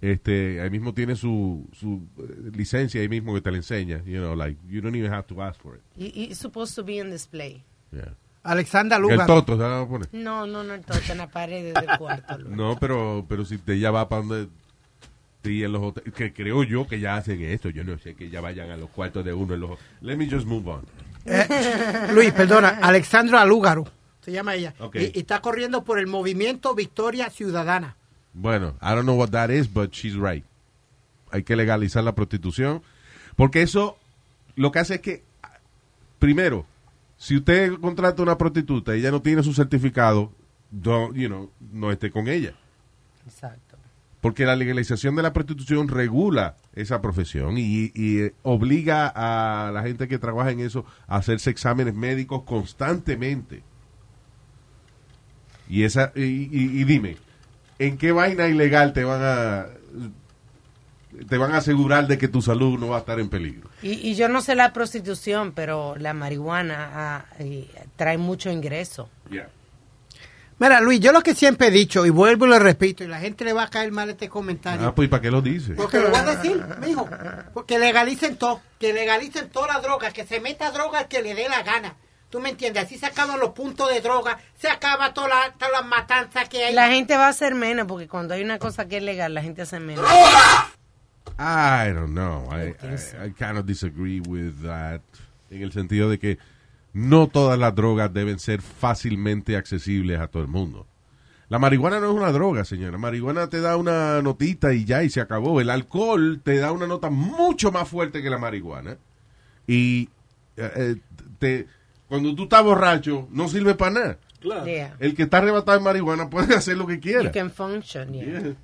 S6: este, ahí mismo tiene su, su eh, licencia, ahí mismo que te la enseña. You know, like, you don't even have to ask for it.
S7: y it's supposed to be in display
S6: Yeah.
S11: Alexandra
S6: El
S11: Lugar.
S6: toto, ¿sabes lo que pone?
S7: no no no entonces en la pared del cuarto
S6: No, pero, pero si ella va para donde... Y en los hoteles, que creo yo que ya hacen esto, yo no sé que ya vayan a los cuartos de uno en los hot- Let me just move on.
S11: Eh, Luis, perdona, Alexandra Lúgaro, se llama ella.
S6: Ok.
S11: Y, y está corriendo por el movimiento Victoria Ciudadana.
S6: Bueno, I don't know what that is, but she's right. Hay que legalizar la prostitución. Porque eso lo que hace es que, primero, si usted contrata una prostituta y ella no tiene su certificado, don't, you know, no esté con ella.
S7: exacto
S6: Porque la legalización de la prostitución regula esa profesión y, y, eh, obliga a la gente que trabaja en eso a hacerse exámenes médicos constantemente. Y esa y, y- y dime, ¿en qué vaina ilegal te van a te van a asegurar de que tu salud no va a estar en peligro?
S7: y, y yo no sé la prostitución pero la marihuana ah, y trae mucho ingreso
S11: Mira, Luis, yo lo que siempre he dicho, y vuelvo y lo repito, y la gente le va a caer mal este comentario.
S6: Ah, pues ¿y para qué lo dices?
S11: Porque lo voy a decir, mijo, porque legalicen todo, que legalicen toda la droga, que se meta droga al que le dé la gana. ¿Tú me entiendes? Así se acaban los puntos de droga, se acaba toda la- todas las matanzas que hay.
S7: la gente va a hacer menos porque cuando hay una cosa que es legal la gente hace menos
S6: I don't know. I, I, I kind of disagree with that. En el sentido de que no todas las drogas deben ser fácilmente accesibles a todo el mundo. La marihuana no es una droga, señora. Marihuana te da una notita y ya, y se acabó. El alcohol te da una nota mucho más fuerte que la marihuana. Y eh, eh, te, cuando tú estás borracho, no sirve para nada.
S7: claro yeah.
S6: El que está arrebatado en marihuana puede hacer lo que
S7: you
S6: quiera.
S7: can function yeah.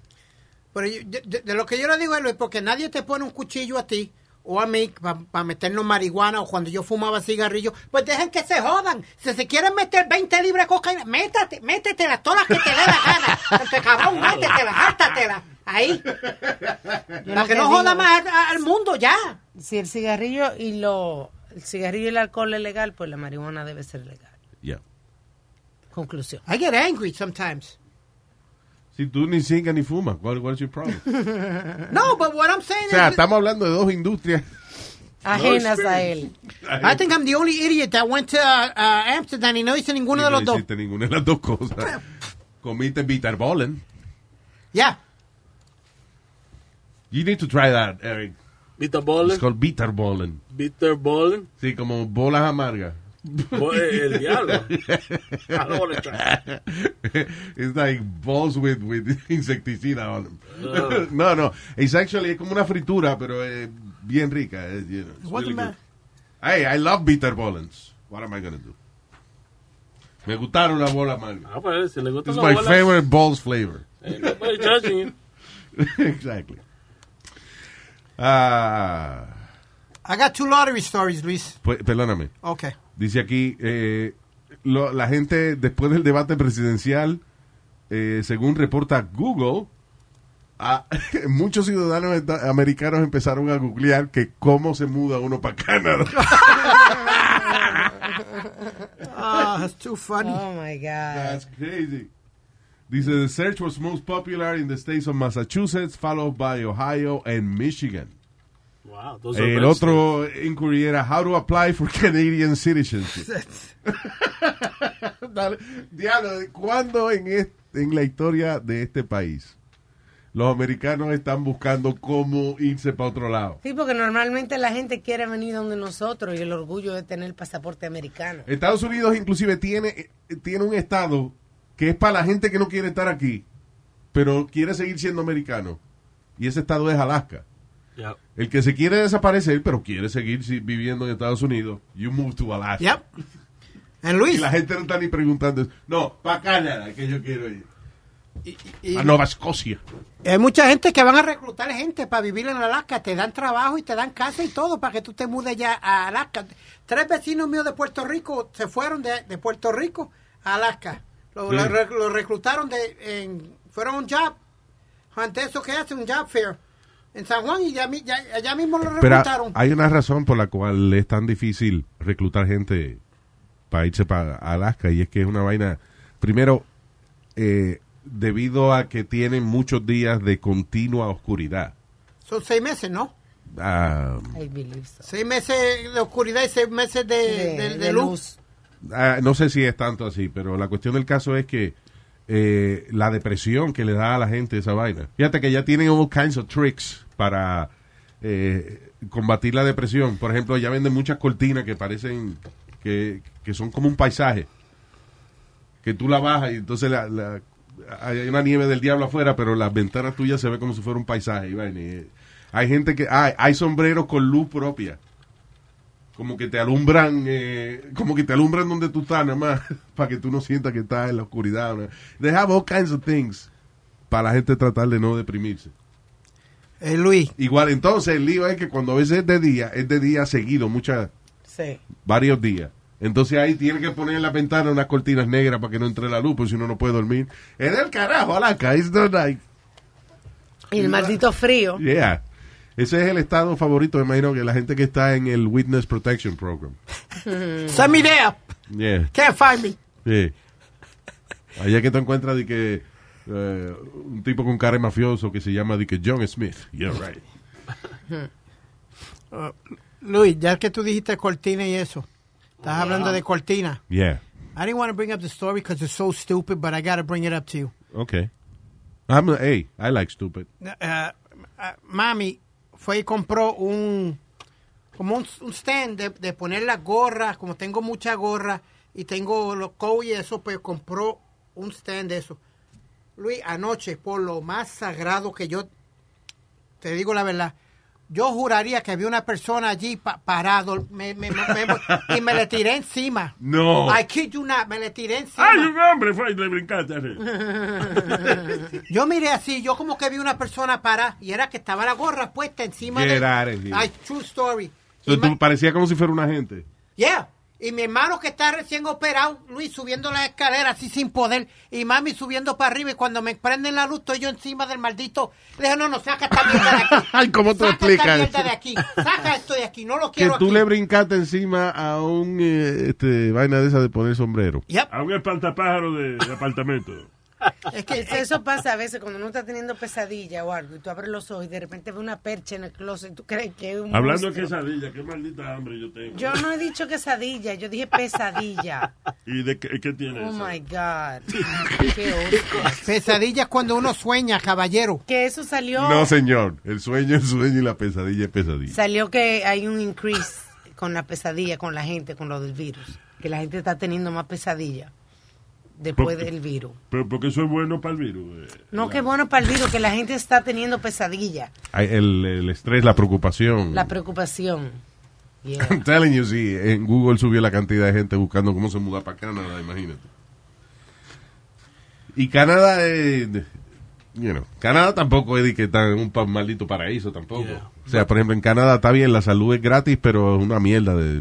S11: Pero yo- de, de- de lo que yo le digo a Luis, porque nadie te pone un cuchillo a ti o a mí para meternos marihuana o cuando yo fumaba cigarrillo, pues dejen que se jodan. Si se quieren meter 20 libras de cocaína, métate, métetela, todas las que te dé la gana. Este cabrón, métetela, hártatela. Ahí. Para
S7: lo
S11: que
S7: que
S11: no
S7: digo-
S11: joda más a- a- al mundo ya.
S7: si el cigarrillo y lo el cigarrillo y el alcohol es legal pues la marihuana debe ser legal
S6: Yeah.
S7: conclusión
S11: I get angry sometimes.
S6: Si tú ni cingas ni fumas, ¿cuál cuál es tu problema?
S11: No, but what I'm saying
S6: O sea,
S11: is...
S6: estamos hablando de dos industrias.
S7: ajenas a él
S11: I think I'm the only idiot that went to uh, uh, Amsterdam y no hice ninguno de
S6: no
S11: los dos.
S6: hiciste ninguna de las dos cosas. Comiste Bitterballen.
S11: Yeah.
S6: You need to try that, Eric.
S8: Vita Baller.
S6: It's called Bitterballen.
S8: Bitterballen.
S6: Sí, como bolas amargas.
S8: Bo- eh, El diablo. I don't wanna try.
S6: It's like balls with, with insecticida on them.
S8: Oh.
S6: No, no. It's actually es como una fritura, pero eh, bien rica. eh, you know, it's
S11: What
S6: really
S11: the
S6: good. Hey, I love Bitterbollens. What am I going to do? Me gustaron las bolas amargas.
S8: Ah, pues, si le gustan
S6: It's
S8: las
S6: my
S8: bolas-
S6: favorite balls flavor.
S8: Ain't nobody judging you.
S6: exactly. Ah,
S11: I got two lottery stories, Luis.
S6: pe- perdóname.
S11: Okay.
S6: Dice aquí, eh, lo- la gente después del debate presidencial, eh, según reporta Google, a- muchos ciudadanos esta- americanos empezaron a googlear que cómo se muda uno para Canadá.
S11: Ah, that's too funny.
S7: Oh my God.
S6: That's crazy. Dice, the search was most popular in the states of Massachusetts, followed by Ohio and Michigan.
S8: Wow, those are
S6: El
S8: red
S6: otro inquiry era, how to apply for Canadian citizenship. Dale, Diablo, ¿de ¿cuándo en, est- en la historia de este país los americanos están buscando cómo irse para otro lado?
S7: Sí, porque normalmente la gente quiere venir donde nosotros y el orgullo de tener el pasaporte americano.
S6: Estados Unidos inclusive tiene, eh, tiene un estado que es para la gente que no quiere estar aquí, pero quiere seguir siendo americano. Y ese estado es Alaska.
S8: Yep.
S6: El que se quiere desaparecer, pero quiere seguir si- viviendo en Estados Unidos, you move to Alaska. Y la gente no está ni preguntando, no, para Canadá, que yo quiero ir. A Nueva Escocia.
S11: Hay mucha gente que van a reclutar gente para vivir en Alaska. Te dan trabajo y te dan casa y todo para que tú te mudes ya a Alaska. Tres vecinos míos de Puerto Rico se fueron de, de Puerto Rico a Alaska. Lo,
S6: Sí.
S11: lo re- lo reclutaron de... en- fueron a un job. Ante eso que hace un job fair. En San Juan y ya, mi- ya- allá mismo lo
S6: Pero
S11: reclutaron.
S6: hay una razón por la cual es tan difícil reclutar gente para irse para Alaska y es que es una vaina. Primero, eh, debido a que tienen muchos días de continua oscuridad.
S11: Son seis meses, ¿no?
S6: Ah,
S11: Seis meses de oscuridad y seis meses de, de- Eh, de
S7: de
S11: luz.
S6: ah, no sé si es tanto así, pero la cuestión del caso es que eh, la depresión que le da a la gente esa vaina. Fíjate que ya tienen all kinds of tricks para eh, combatir la depresión. Por ejemplo, ya venden muchas cortinas que parecen que, que son como un paisaje. Que tú la bajas y entonces la, la- hay una nieve del diablo afuera, pero las ventanas tuyas se ve como si fuera un paisaje. y vaina. Y, eh, hay gente que... ah, hay sombreros con luz propia. Como que te alumbran, eh, como que te alumbran donde tú estás, nada más, para que tú no sientas que estás en la oscuridad. ¿no? They have all kinds of things para la gente tratar de no deprimirse.
S11: Eh, Luis.
S6: Igual, entonces el lío es que cuando a veces es de día, es de día seguido, muchas,
S7: Sí.
S6: varios días. Entonces ahí tienen que poner en la ventana unas cortinas negras para que no entre la luz, porque si no, no puede dormir. Es del carajo, Alaska, it's not like,
S7: Y el maldito frío.
S6: yeah. Ese es el estado favorito, me imagino, que la gente que está en el Witness Protection Program.
S11: Send me there.
S6: Yeah.
S11: Can't find me.
S6: Sí. Allá que te encuentras de que eh, un tipo con cara de mafioso que se llama de que John Smith. Yeah, right.
S11: Uh, Luis, ya que tú dijiste cortina y eso, estás hablando de cortina.
S6: Yeah.
S11: I didn't want to bring up the story because it's so stupid, but I got to bring it up to you.
S6: Okay. I'm a- hey, I like stupid.
S11: Uh, uh, mami fue y compró un como un, un stand de, de poner las gorras, como tengo muchas gorras y tengo los coats y eso, pues compró un stand de eso. Luis, anoche, por lo más sagrado que yo te digo la verdad, yo juraría que había una persona allí pa- parado me- me- me- me- y me le tiré encima.
S5: No.
S11: I kid you not, me le tiré encima.
S5: Ay, un hombre fue y le brincaste. así.
S11: Yo miré así, yo como que vi una persona para y era que estaba la gorra puesta encima
S6: Get out of
S11: de.
S6: here.
S11: Ay, true story.
S6: So, tú parecía como si fuera un agente.
S11: Yeah. Y mi hermano que está recién operado, Luis, subiendo las escaleras así sin poder, y mami subiendo para arriba, y cuando me prenden la luz, estoy yo encima del maldito. Le dije, no, no, saca esta mierda de aquí.
S6: Ay, ¿cómo te
S11: saca esta
S6: explicas
S11: mierda
S6: eso?
S11: de aquí. Saca esto de aquí, no lo
S6: Que
S11: quiero
S6: tú
S11: aquí.
S6: le brincaste encima a un eh, este, vaina de esa de poner sombrero.
S11: Yep.
S5: A un espantapájaro de, de apartamento.
S7: Es que eso pasa a veces cuando uno está teniendo pesadilla o algo y tú abres los ojos y de repente ves una percha en el closet y tú crees que es un
S5: Hablando de
S7: monstruo.
S5: quesadilla, qué maldita hambre yo tengo.
S7: Yo no he dicho quesadilla, yo dije pesadilla.
S5: ¿Y de qué, qué tiene
S7: Oh
S5: eso?
S7: my God. Qué oso.
S11: Pesadillas cuando uno sueña, caballero.
S7: Que eso salió.
S6: No, señor. El sueño es sueño y la pesadilla es pesadilla.
S7: Salió que hay un increase con la pesadilla, con la gente, con lo del virus. Que la gente está teniendo más pesadilla después
S5: Porque-
S7: del virus.
S5: Pero porque eso es bueno para el virus. eh.
S7: No, qué bueno para el virus que la gente está teniendo pesadilla.
S6: Ay, El, el estrés, la preocupación.
S7: La preocupación. Yeah.
S6: I'm telling you, sí. En Google subió la cantidad de gente buscando cómo se muda para Canadá, imagínate. Y Canadá, eh, you know, Canadá tampoco es de que está en un pa- maldito paraíso tampoco. O sea, por ejemplo, en Canadá está bien, la salud es gratis, pero es una mierda de, de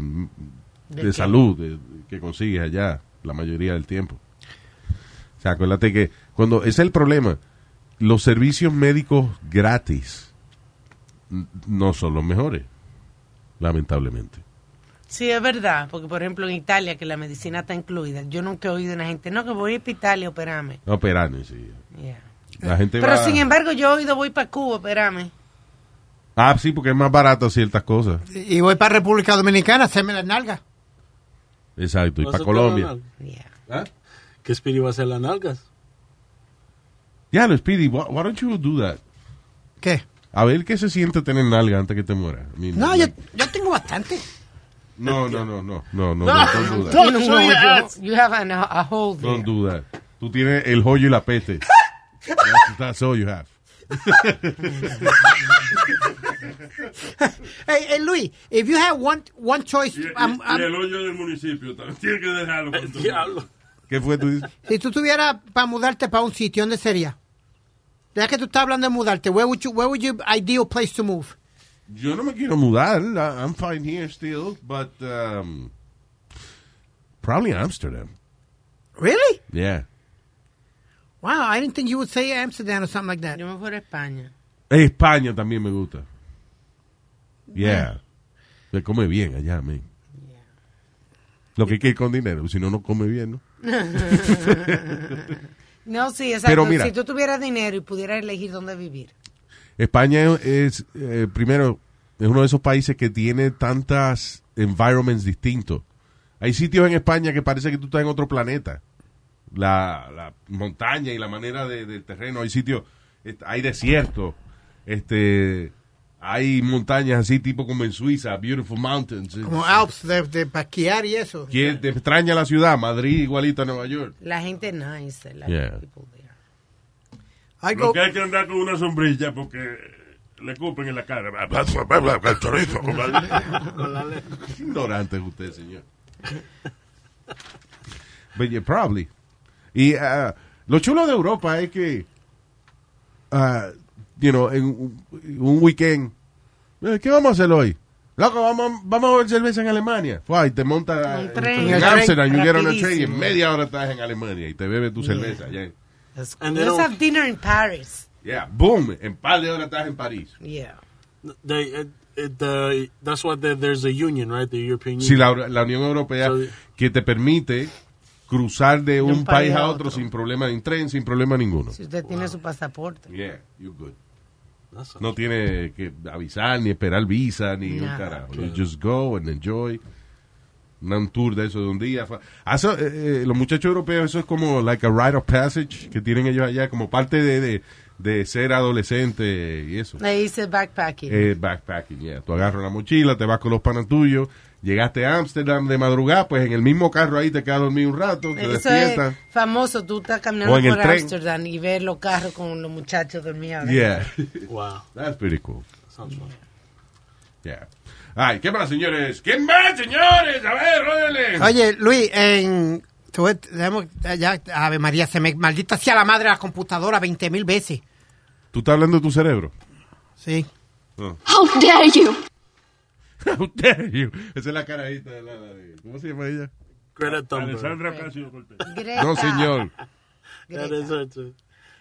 S5: ¿De qué?
S6: salud de- que consigues allá la mayoría del tiempo. O sea, acuérdate que cuando ese es el problema, los servicios médicos gratis n- no son los mejores, lamentablemente.
S7: Sí, es verdad, porque por ejemplo en Italia, que la medicina está incluida, yo nunca he oído a una gente, no, que voy a Italia a operarme.
S6: Operando, sí.
S7: Yeah.
S6: La gente
S7: Pero
S6: va-
S7: sin embargo, yo he oído, voy para Cuba a operarme.
S6: Ah, sí, porque es más barato ciertas cosas.
S11: Y voy para República Dominicana a hacerme la nalga.
S6: Exacto, y para Colombia.
S8: ¿Qué Speedy va a hacer las nalgas?
S6: Ya, lo Speedy, why, why don't you do that?
S11: ¿Qué?
S6: A ver qué se siente tener nalga antes que te muera. I mean,
S11: No, yo, yo tengo bastante.
S6: no, no, no, no, no, no,
S11: No,
S6: don't do that.
S11: don't
S7: No,
S11: show your
S7: you-
S11: ass.
S7: you have an- a hole there.
S6: Don't do that. Tú tienes el hoyo y la peste. That's, that's all you have.
S11: Hey, hey, Luis, if you had one, one choice,
S5: Y, y-
S11: um, um,
S5: y el hoyo del municipio también. Tiene que dejarlo.
S8: Eh,
S5: con todo.
S6: ¿Qué fue tú dices?
S11: si tú tuvieras para mudarte para un sitio, ¿dónde sería? Ya que tú estás hablando de mudarte, where would, you, where would your ideal place to move?
S6: Yo no me quiero mudar. I- I'm fine here still, but um, probably Amsterdam.
S11: Really?
S6: Yeah.
S11: Wow, I didn't think you would say Amsterdam or something like that.
S7: Yo me fuera a España.
S6: España también me gusta. Yeah. Se come bien allá, man. Lo que hay que ir con dinero, si no, no come bien, ¿no?
S7: no, sí,
S6: Pero
S7: exacto.
S6: mira-
S7: si tú tuvieras dinero y pudieras elegir dónde vivir.
S6: España es, eh, primero, es uno de esos países que tiene tantas environments distintos. Hay sitios en España que parece que tú estás en otro planeta. La, la montaña y la manera de- del terreno. Hay sitios, est- hay desierto. Este, hay montañas así, tipo como en Suiza, Beautiful Mountains.
S11: Como Alps, de, de pa' esquiar y eso.
S6: Que te extraña la ciudad, Madrid igualita a Nueva York.
S7: La gente nice. la-
S6: Yeah.
S5: Lo que hay que andar con una sombrilla porque le cupen en la cara.
S6: Ah,
S5: Chorizo, compadre.
S6: Ignorante es usted, señor. But yeah, probably. Y ah, lo chulo de Europa es que, ah, you know, en un- un weekend, eh, ¿qué vamos a hacer hoy? Loco, vamos, vamos a beber cerveza en Alemania. Fue ahí, te monta
S5: Un
S6: eh,
S5: tren.
S6: en
S5: Un
S6: Amsterdam,
S5: tren
S6: you get on a train y en
S5: rapidísimo. Mm.
S6: media hora estás en Alemania y te bebes tu cerveza. allá.
S8: And they
S7: Let's
S8: don't-
S7: have dinner in Paris.
S6: Yeah, boom, en par de horas estás en París.
S7: Yeah.
S8: They, it, it, the, that's why there- there's a union, right? The European Union.
S6: Sí, la, la Unión Europea que te permite cruzar de un, país, a otro, sin problema en tren, sin problema ninguno.
S7: Si usted tiene su pasaporte.
S6: Yeah, you're good. No tiene que avisar, ni esperar visa, ni un
S7: Nada.
S6: carajo. You just go and enjoy. Una- Un tour de eso de un día. Fa- Ah, eso, eh, eh, los muchachos europeos, eso es como like a rite of passage que tienen ellos allá, como parte de, de, de ser adolescente y eso.
S7: Le hice backpacking.
S6: Eh, backpacking, yeah. Tú agarras la mochila, te vas con los panas tuyos, llegaste a Ámsterdam de madrugada, pues en el mismo carro ahí te quedas dormido un rato, te
S7: Eso
S6: despiertas.
S7: es famoso. Tú estás caminando
S6: O en el
S7: por
S6: tren.
S7: Amsterdam y ves los carros con los muchachos dormidos.
S6: Yeah.
S8: Wow.
S6: That's pretty cool.
S8: Sounds fun.
S6: Yeah. Ay, ¿qué más, señores? ¿Qué más, señores? A ver, ródenle.
S11: Oye, Luis, en... tú ves, tenemos- ya, Ave María, se me maldita sea la madre de la computadora 20 mil veces.
S6: ¿Tú estás hablando de tu cerebro?
S11: Sí.
S17: How dare you?
S6: How dare you? Esa es la carajita de la... la de- ¿Cómo se llama ella?
S8: Greta Thunberg.
S5: Alessandra Ocasio-Cortez.
S7: Greta.
S6: No, señor.
S8: That is her too.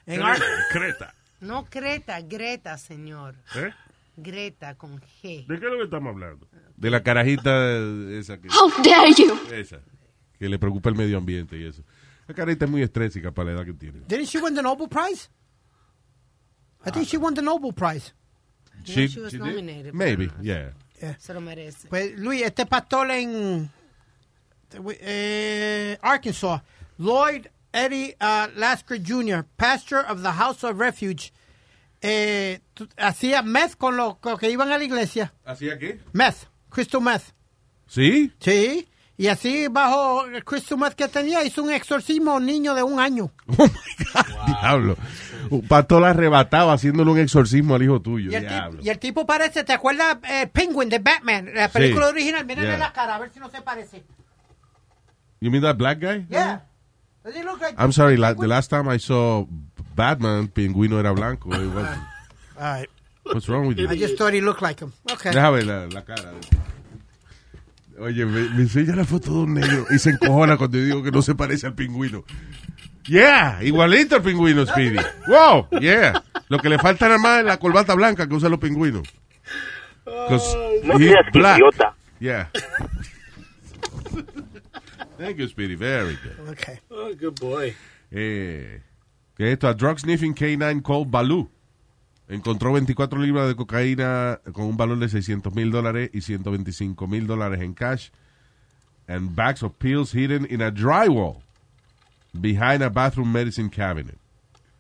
S11: En Ar-
S5: Creta.
S7: No, Greta, Greta, señor.
S5: ¿Eh?
S7: Greta con G.
S5: ¿De qué es lo que estamos hablando?
S6: De la carajita esa que...
S17: How dare you?
S6: Esa. Que le preocupa el medio ambiente y eso. La carita es muy estrésica para la edad que tiene.
S11: Didn't she win the Nobel Prize? I think she won the Nobel Prize.
S6: She- she did? Maybe, yeah.
S11: Yeah.
S7: Se lo merece.
S11: Pues Luis, este pastor en eh, Arkansas, Lloyd Eddie uh, Lasker Jr., pastor of the House of Refuge, eh, tu- hacía meth con los con que iban a la iglesia.
S6: ¿Hacía qué?
S11: Meth, crystal meth.
S6: ¿Sí?
S11: Sí. Y así bajo el crystal meth que tenía hizo un exorcismo a un niño de un año.
S6: Oh Diablo. Un pastor arrebatado haciéndole un exorcismo al hijo tuyo.
S11: Y el,
S6: Diablo.
S11: tip- y el tipo parece, ¿te acuerdas eh, Penguin de Batman? La película
S6: Sí.
S11: original, mírale
S6: Yeah.
S11: la cara, a ver si no se parece.
S6: You mean that black guy?
S11: Yeah. Does he look like-
S6: I'm sorry, la- the last time I saw Batman, Pingüino era blanco. It was-
S11: All right.
S6: what's wrong with you?
S11: I just thought he looked like him. Okay.
S6: Deja ver la, la cara. Oye, me, me enseña la foto de un negro y se encojona cuando yo digo que no se parece al pingüino. Yeah, igualito al pingüino, Speedy. Wow, yeah. Lo que le falta nada más es la corbata blanca que usan los pingüinos. 'Cause
S2: No
S6: he's
S2: seas idiota.
S6: Yeah. Thank you, Speedy. Very good.
S11: Okay.
S8: Oh, good boy.
S6: Eh, ¿Qué es esto? A drug sniffing K9 called Baloo. Encontró 24 libras de cocaína con un valor de 600 mil dólares y 125 mil dólares en cash. And bags of pills hidden in a drywall behind a bathroom medicine cabinet.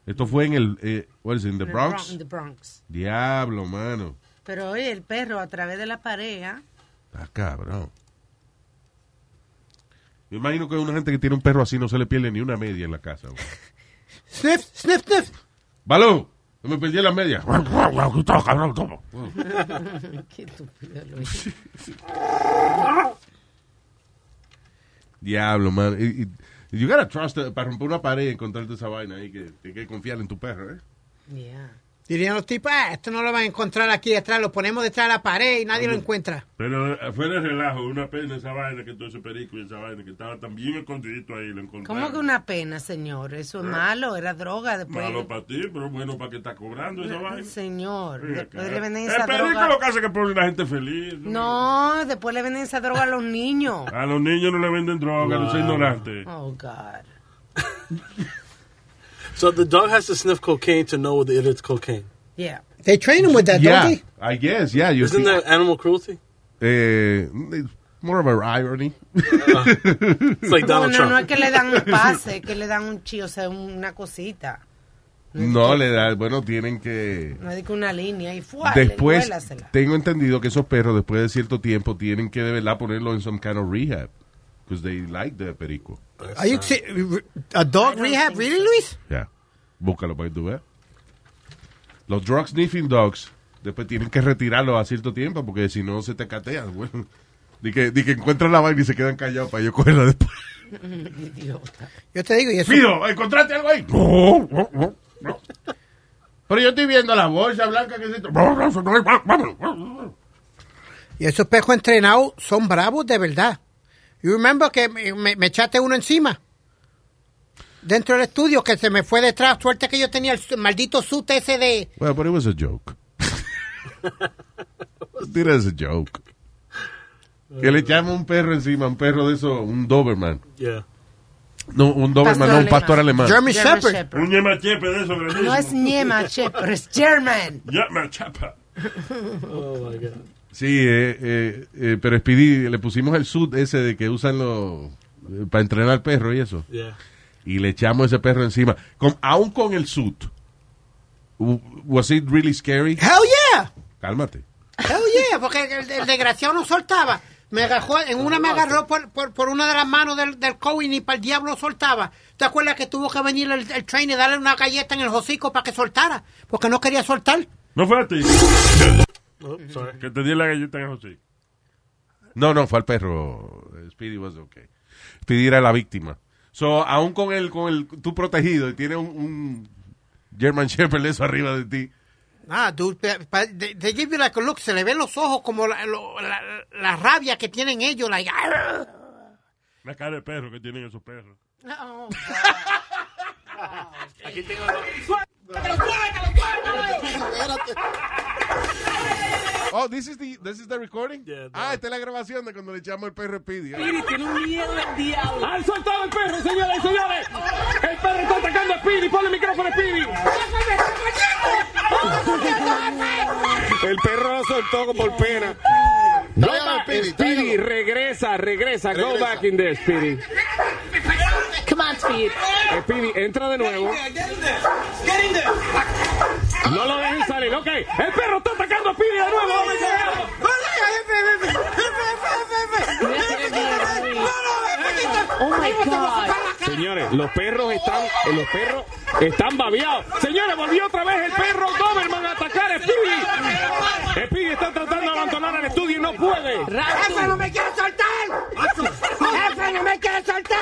S6: Esto fue en el. Eh, what is it, in the
S7: En el
S6: Bronx?
S7: Bron- the Bronx.
S6: Diablo, mano.
S7: Pero oye, el perro a través de la pared, ¿ah?
S6: Ah, cabrón. Yo imagino que una gente que tiene un perro así no se le pierde ni una media en la casa. güey.
S11: Sniff, sniff, sniff.
S6: Balú, no me perdí la media.
S7: Qué estúpido, Luis.
S6: Diablo, man. Y- y- You gotta trust eh, para romper una pared y encontrarte esa vaina ahí que tienes que confiar en tu perro, ¿eh?
S11: Dirían los tipos, ah, esto no lo van a encontrar aquí detrás, lo ponemos detrás de la pared y nadie lo
S6: Mm-hmm.
S11: encuentra.
S5: Pero eh, fuera de relajo, una pena esa vaina que todo ese perico y esa vaina que estaba tan bien escondidito ahí lo encontraron.
S7: ¿Cómo que una pena, señor? Eso es malo, era droga. Después
S5: Malo para ti, pero bueno para que está cobrando esa vaina.
S7: Señor,
S5: Mira
S7: después
S5: acá.
S7: le venden
S5: El
S7: esa
S5: perico
S7: droga.
S5: lo que hace es que pone la gente feliz.
S7: No, después le venden esa droga a los niños.
S5: A los niños no le venden droga, no son ignorantes.
S7: Oh, God.
S8: So the dog has to sniff cocaine to know that it's cocaine.
S7: Yeah.
S11: They train him with that,
S6: yeah,
S11: don't they?
S6: I guess, yeah. You
S8: Isn't
S6: see-
S8: that animal cruelty?
S6: Eh, it's more of an irony.
S8: It's like
S7: No,
S8: Donald
S7: no, no
S8: Trump.
S7: es que le dan un pase, es que le dan un chi, o sea, una cosita.
S6: No, le da, bueno, tienen que...
S7: No es de que una línea y fuá, le
S6: Después,
S7: vuélasela.
S6: tengo entendido que esos perros, después de cierto tiempo, tienen que de verdad ponerlo en some kind of rehab. Because they like the perico.
S11: Are you si- a dog rehab, really, Luis?
S6: Ya. Búscalo para que tú veas. Los drug sniffing dogs, después tienen que retirarlos a cierto tiempo porque si no se te catean. Bueno, di que, di que encuentran la vaina y se quedan callados para yo cogerla después.
S7: Idiota.
S11: Yo te digo, y eso.
S6: Pido, encontraste algo ahí. No, no, no, no. Pero yo estoy viendo la bolsa blanca que se...
S11: Y esos pejos entrenados son bravos de verdad. You remember que me, me- me echaste uno encima. Dentro del estudio que se me fue detrás. Suerte que yo tenía el su- maldito suit ese de.
S6: Well, but it was a joke. It was a joke. Que le echamos un perro encima, un perro de eso, un Doberman.
S8: Yeah.
S6: No, un Doberman, no, un pastor alemán.
S11: German Shepherd.
S5: Un yema chepe de eso grandísimo.
S7: No es Niema, che, pero es German.
S5: Yema chapa.
S8: Oh, my God.
S6: Sí, eh, eh, eh, pero Speedy, le pusimos el sud ese de que usan los para entrenar al perro y eso.
S8: Yeah.
S6: Y le echamos ese perro encima. Con, aún con el sud. W- ¿Was it really scary?
S11: Hell yeah!
S6: Cálmate.
S11: Hell yeah! Porque el, el desgraciado no soltaba. Me agarró, en una me agarró por, por, por una de las manos del, del Cohen y para el diablo soltaba. ¿Te acuerdas que tuvo que venir el, el train y darle una galleta en el hocico para que soltara? Porque no quería soltar.
S5: No fue a ti.
S8: Oh, sorry.
S5: Que te di la galleta en José.
S6: No, no, fue al perro. Speedy was okay. Speedy era la víctima. So, aún con el, con el, tú protegido y tienes un, un German Shepherd de eso arriba de ti.
S11: Ah, dude, pa- pa- they, they give you like a look. Se le ven los ojos como la, lo- la- la rabia que tienen ellos. Like, "Arr".
S5: La cara de perro que tienen esos perros.
S7: No.
S8: Aquí tengo
S2: Espérate.
S6: Oh, this is the this is the recording? ah, esta es la grabación de cuando le echamos el perro Speedy.
S2: Speedy tiene un miedo al diablo.
S6: ¡Han
S2: soltado el perro, señoras y señores! ¡El perro está atacando a Speedy! ¡Ponle el micrófono a Speedy!
S18: El perro lo soltó por pena.
S2: No,
S18: Go back,
S2: Speedy,
S18: Speedy, regresa, regresa, Go
S2: Regresa.
S18: back in there, Speedy. Eh,
S2: Come on, Speedy.
S18: Speedy, entra de nuevo.
S2: Get in there! Get in there!
S18: No lo dejes salir, ok. El perro está atacando a Speedy de nuevo. vamos, carajo.
S2: Oh my god.
S18: Señores, los perros están, eh, los perros están babeados. Señores, volvió otra vez el perro Doberman a atacar a Speedy. Speedy está tratando de abandonar el estudio y no puede.
S2: ¡Jefe, no me quiere soltar! ¡Jefe, no me quiere soltar!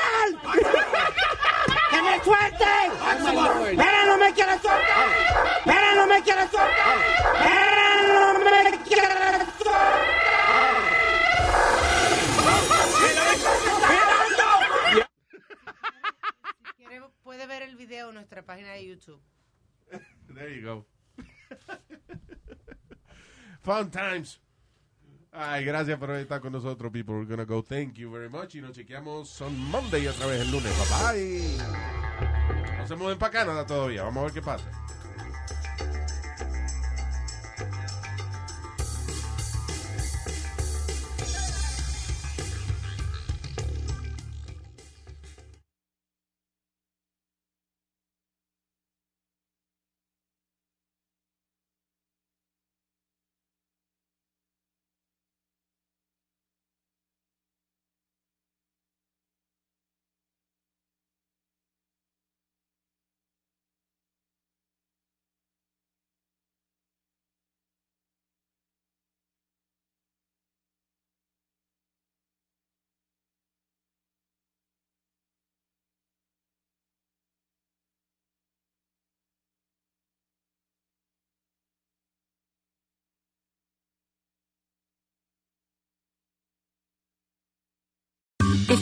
S2: ¡Que me suelten! ¡Vera, no me quiere soltar! ¡Vera, no me quiere soltar! ¡Vera, no me quiere soltar!
S7: Puede ver el video en nuestra página de YouTube.
S6: There you go. Fun times. Ay, gracias por estar con nosotros, people. We're gonna go. Thank you very much. Y nos chequeamos on Monday otra vez el lunes. Bye bye. No se mueven para Canadá todavía. Vamos a ver qué pasa.
S19: If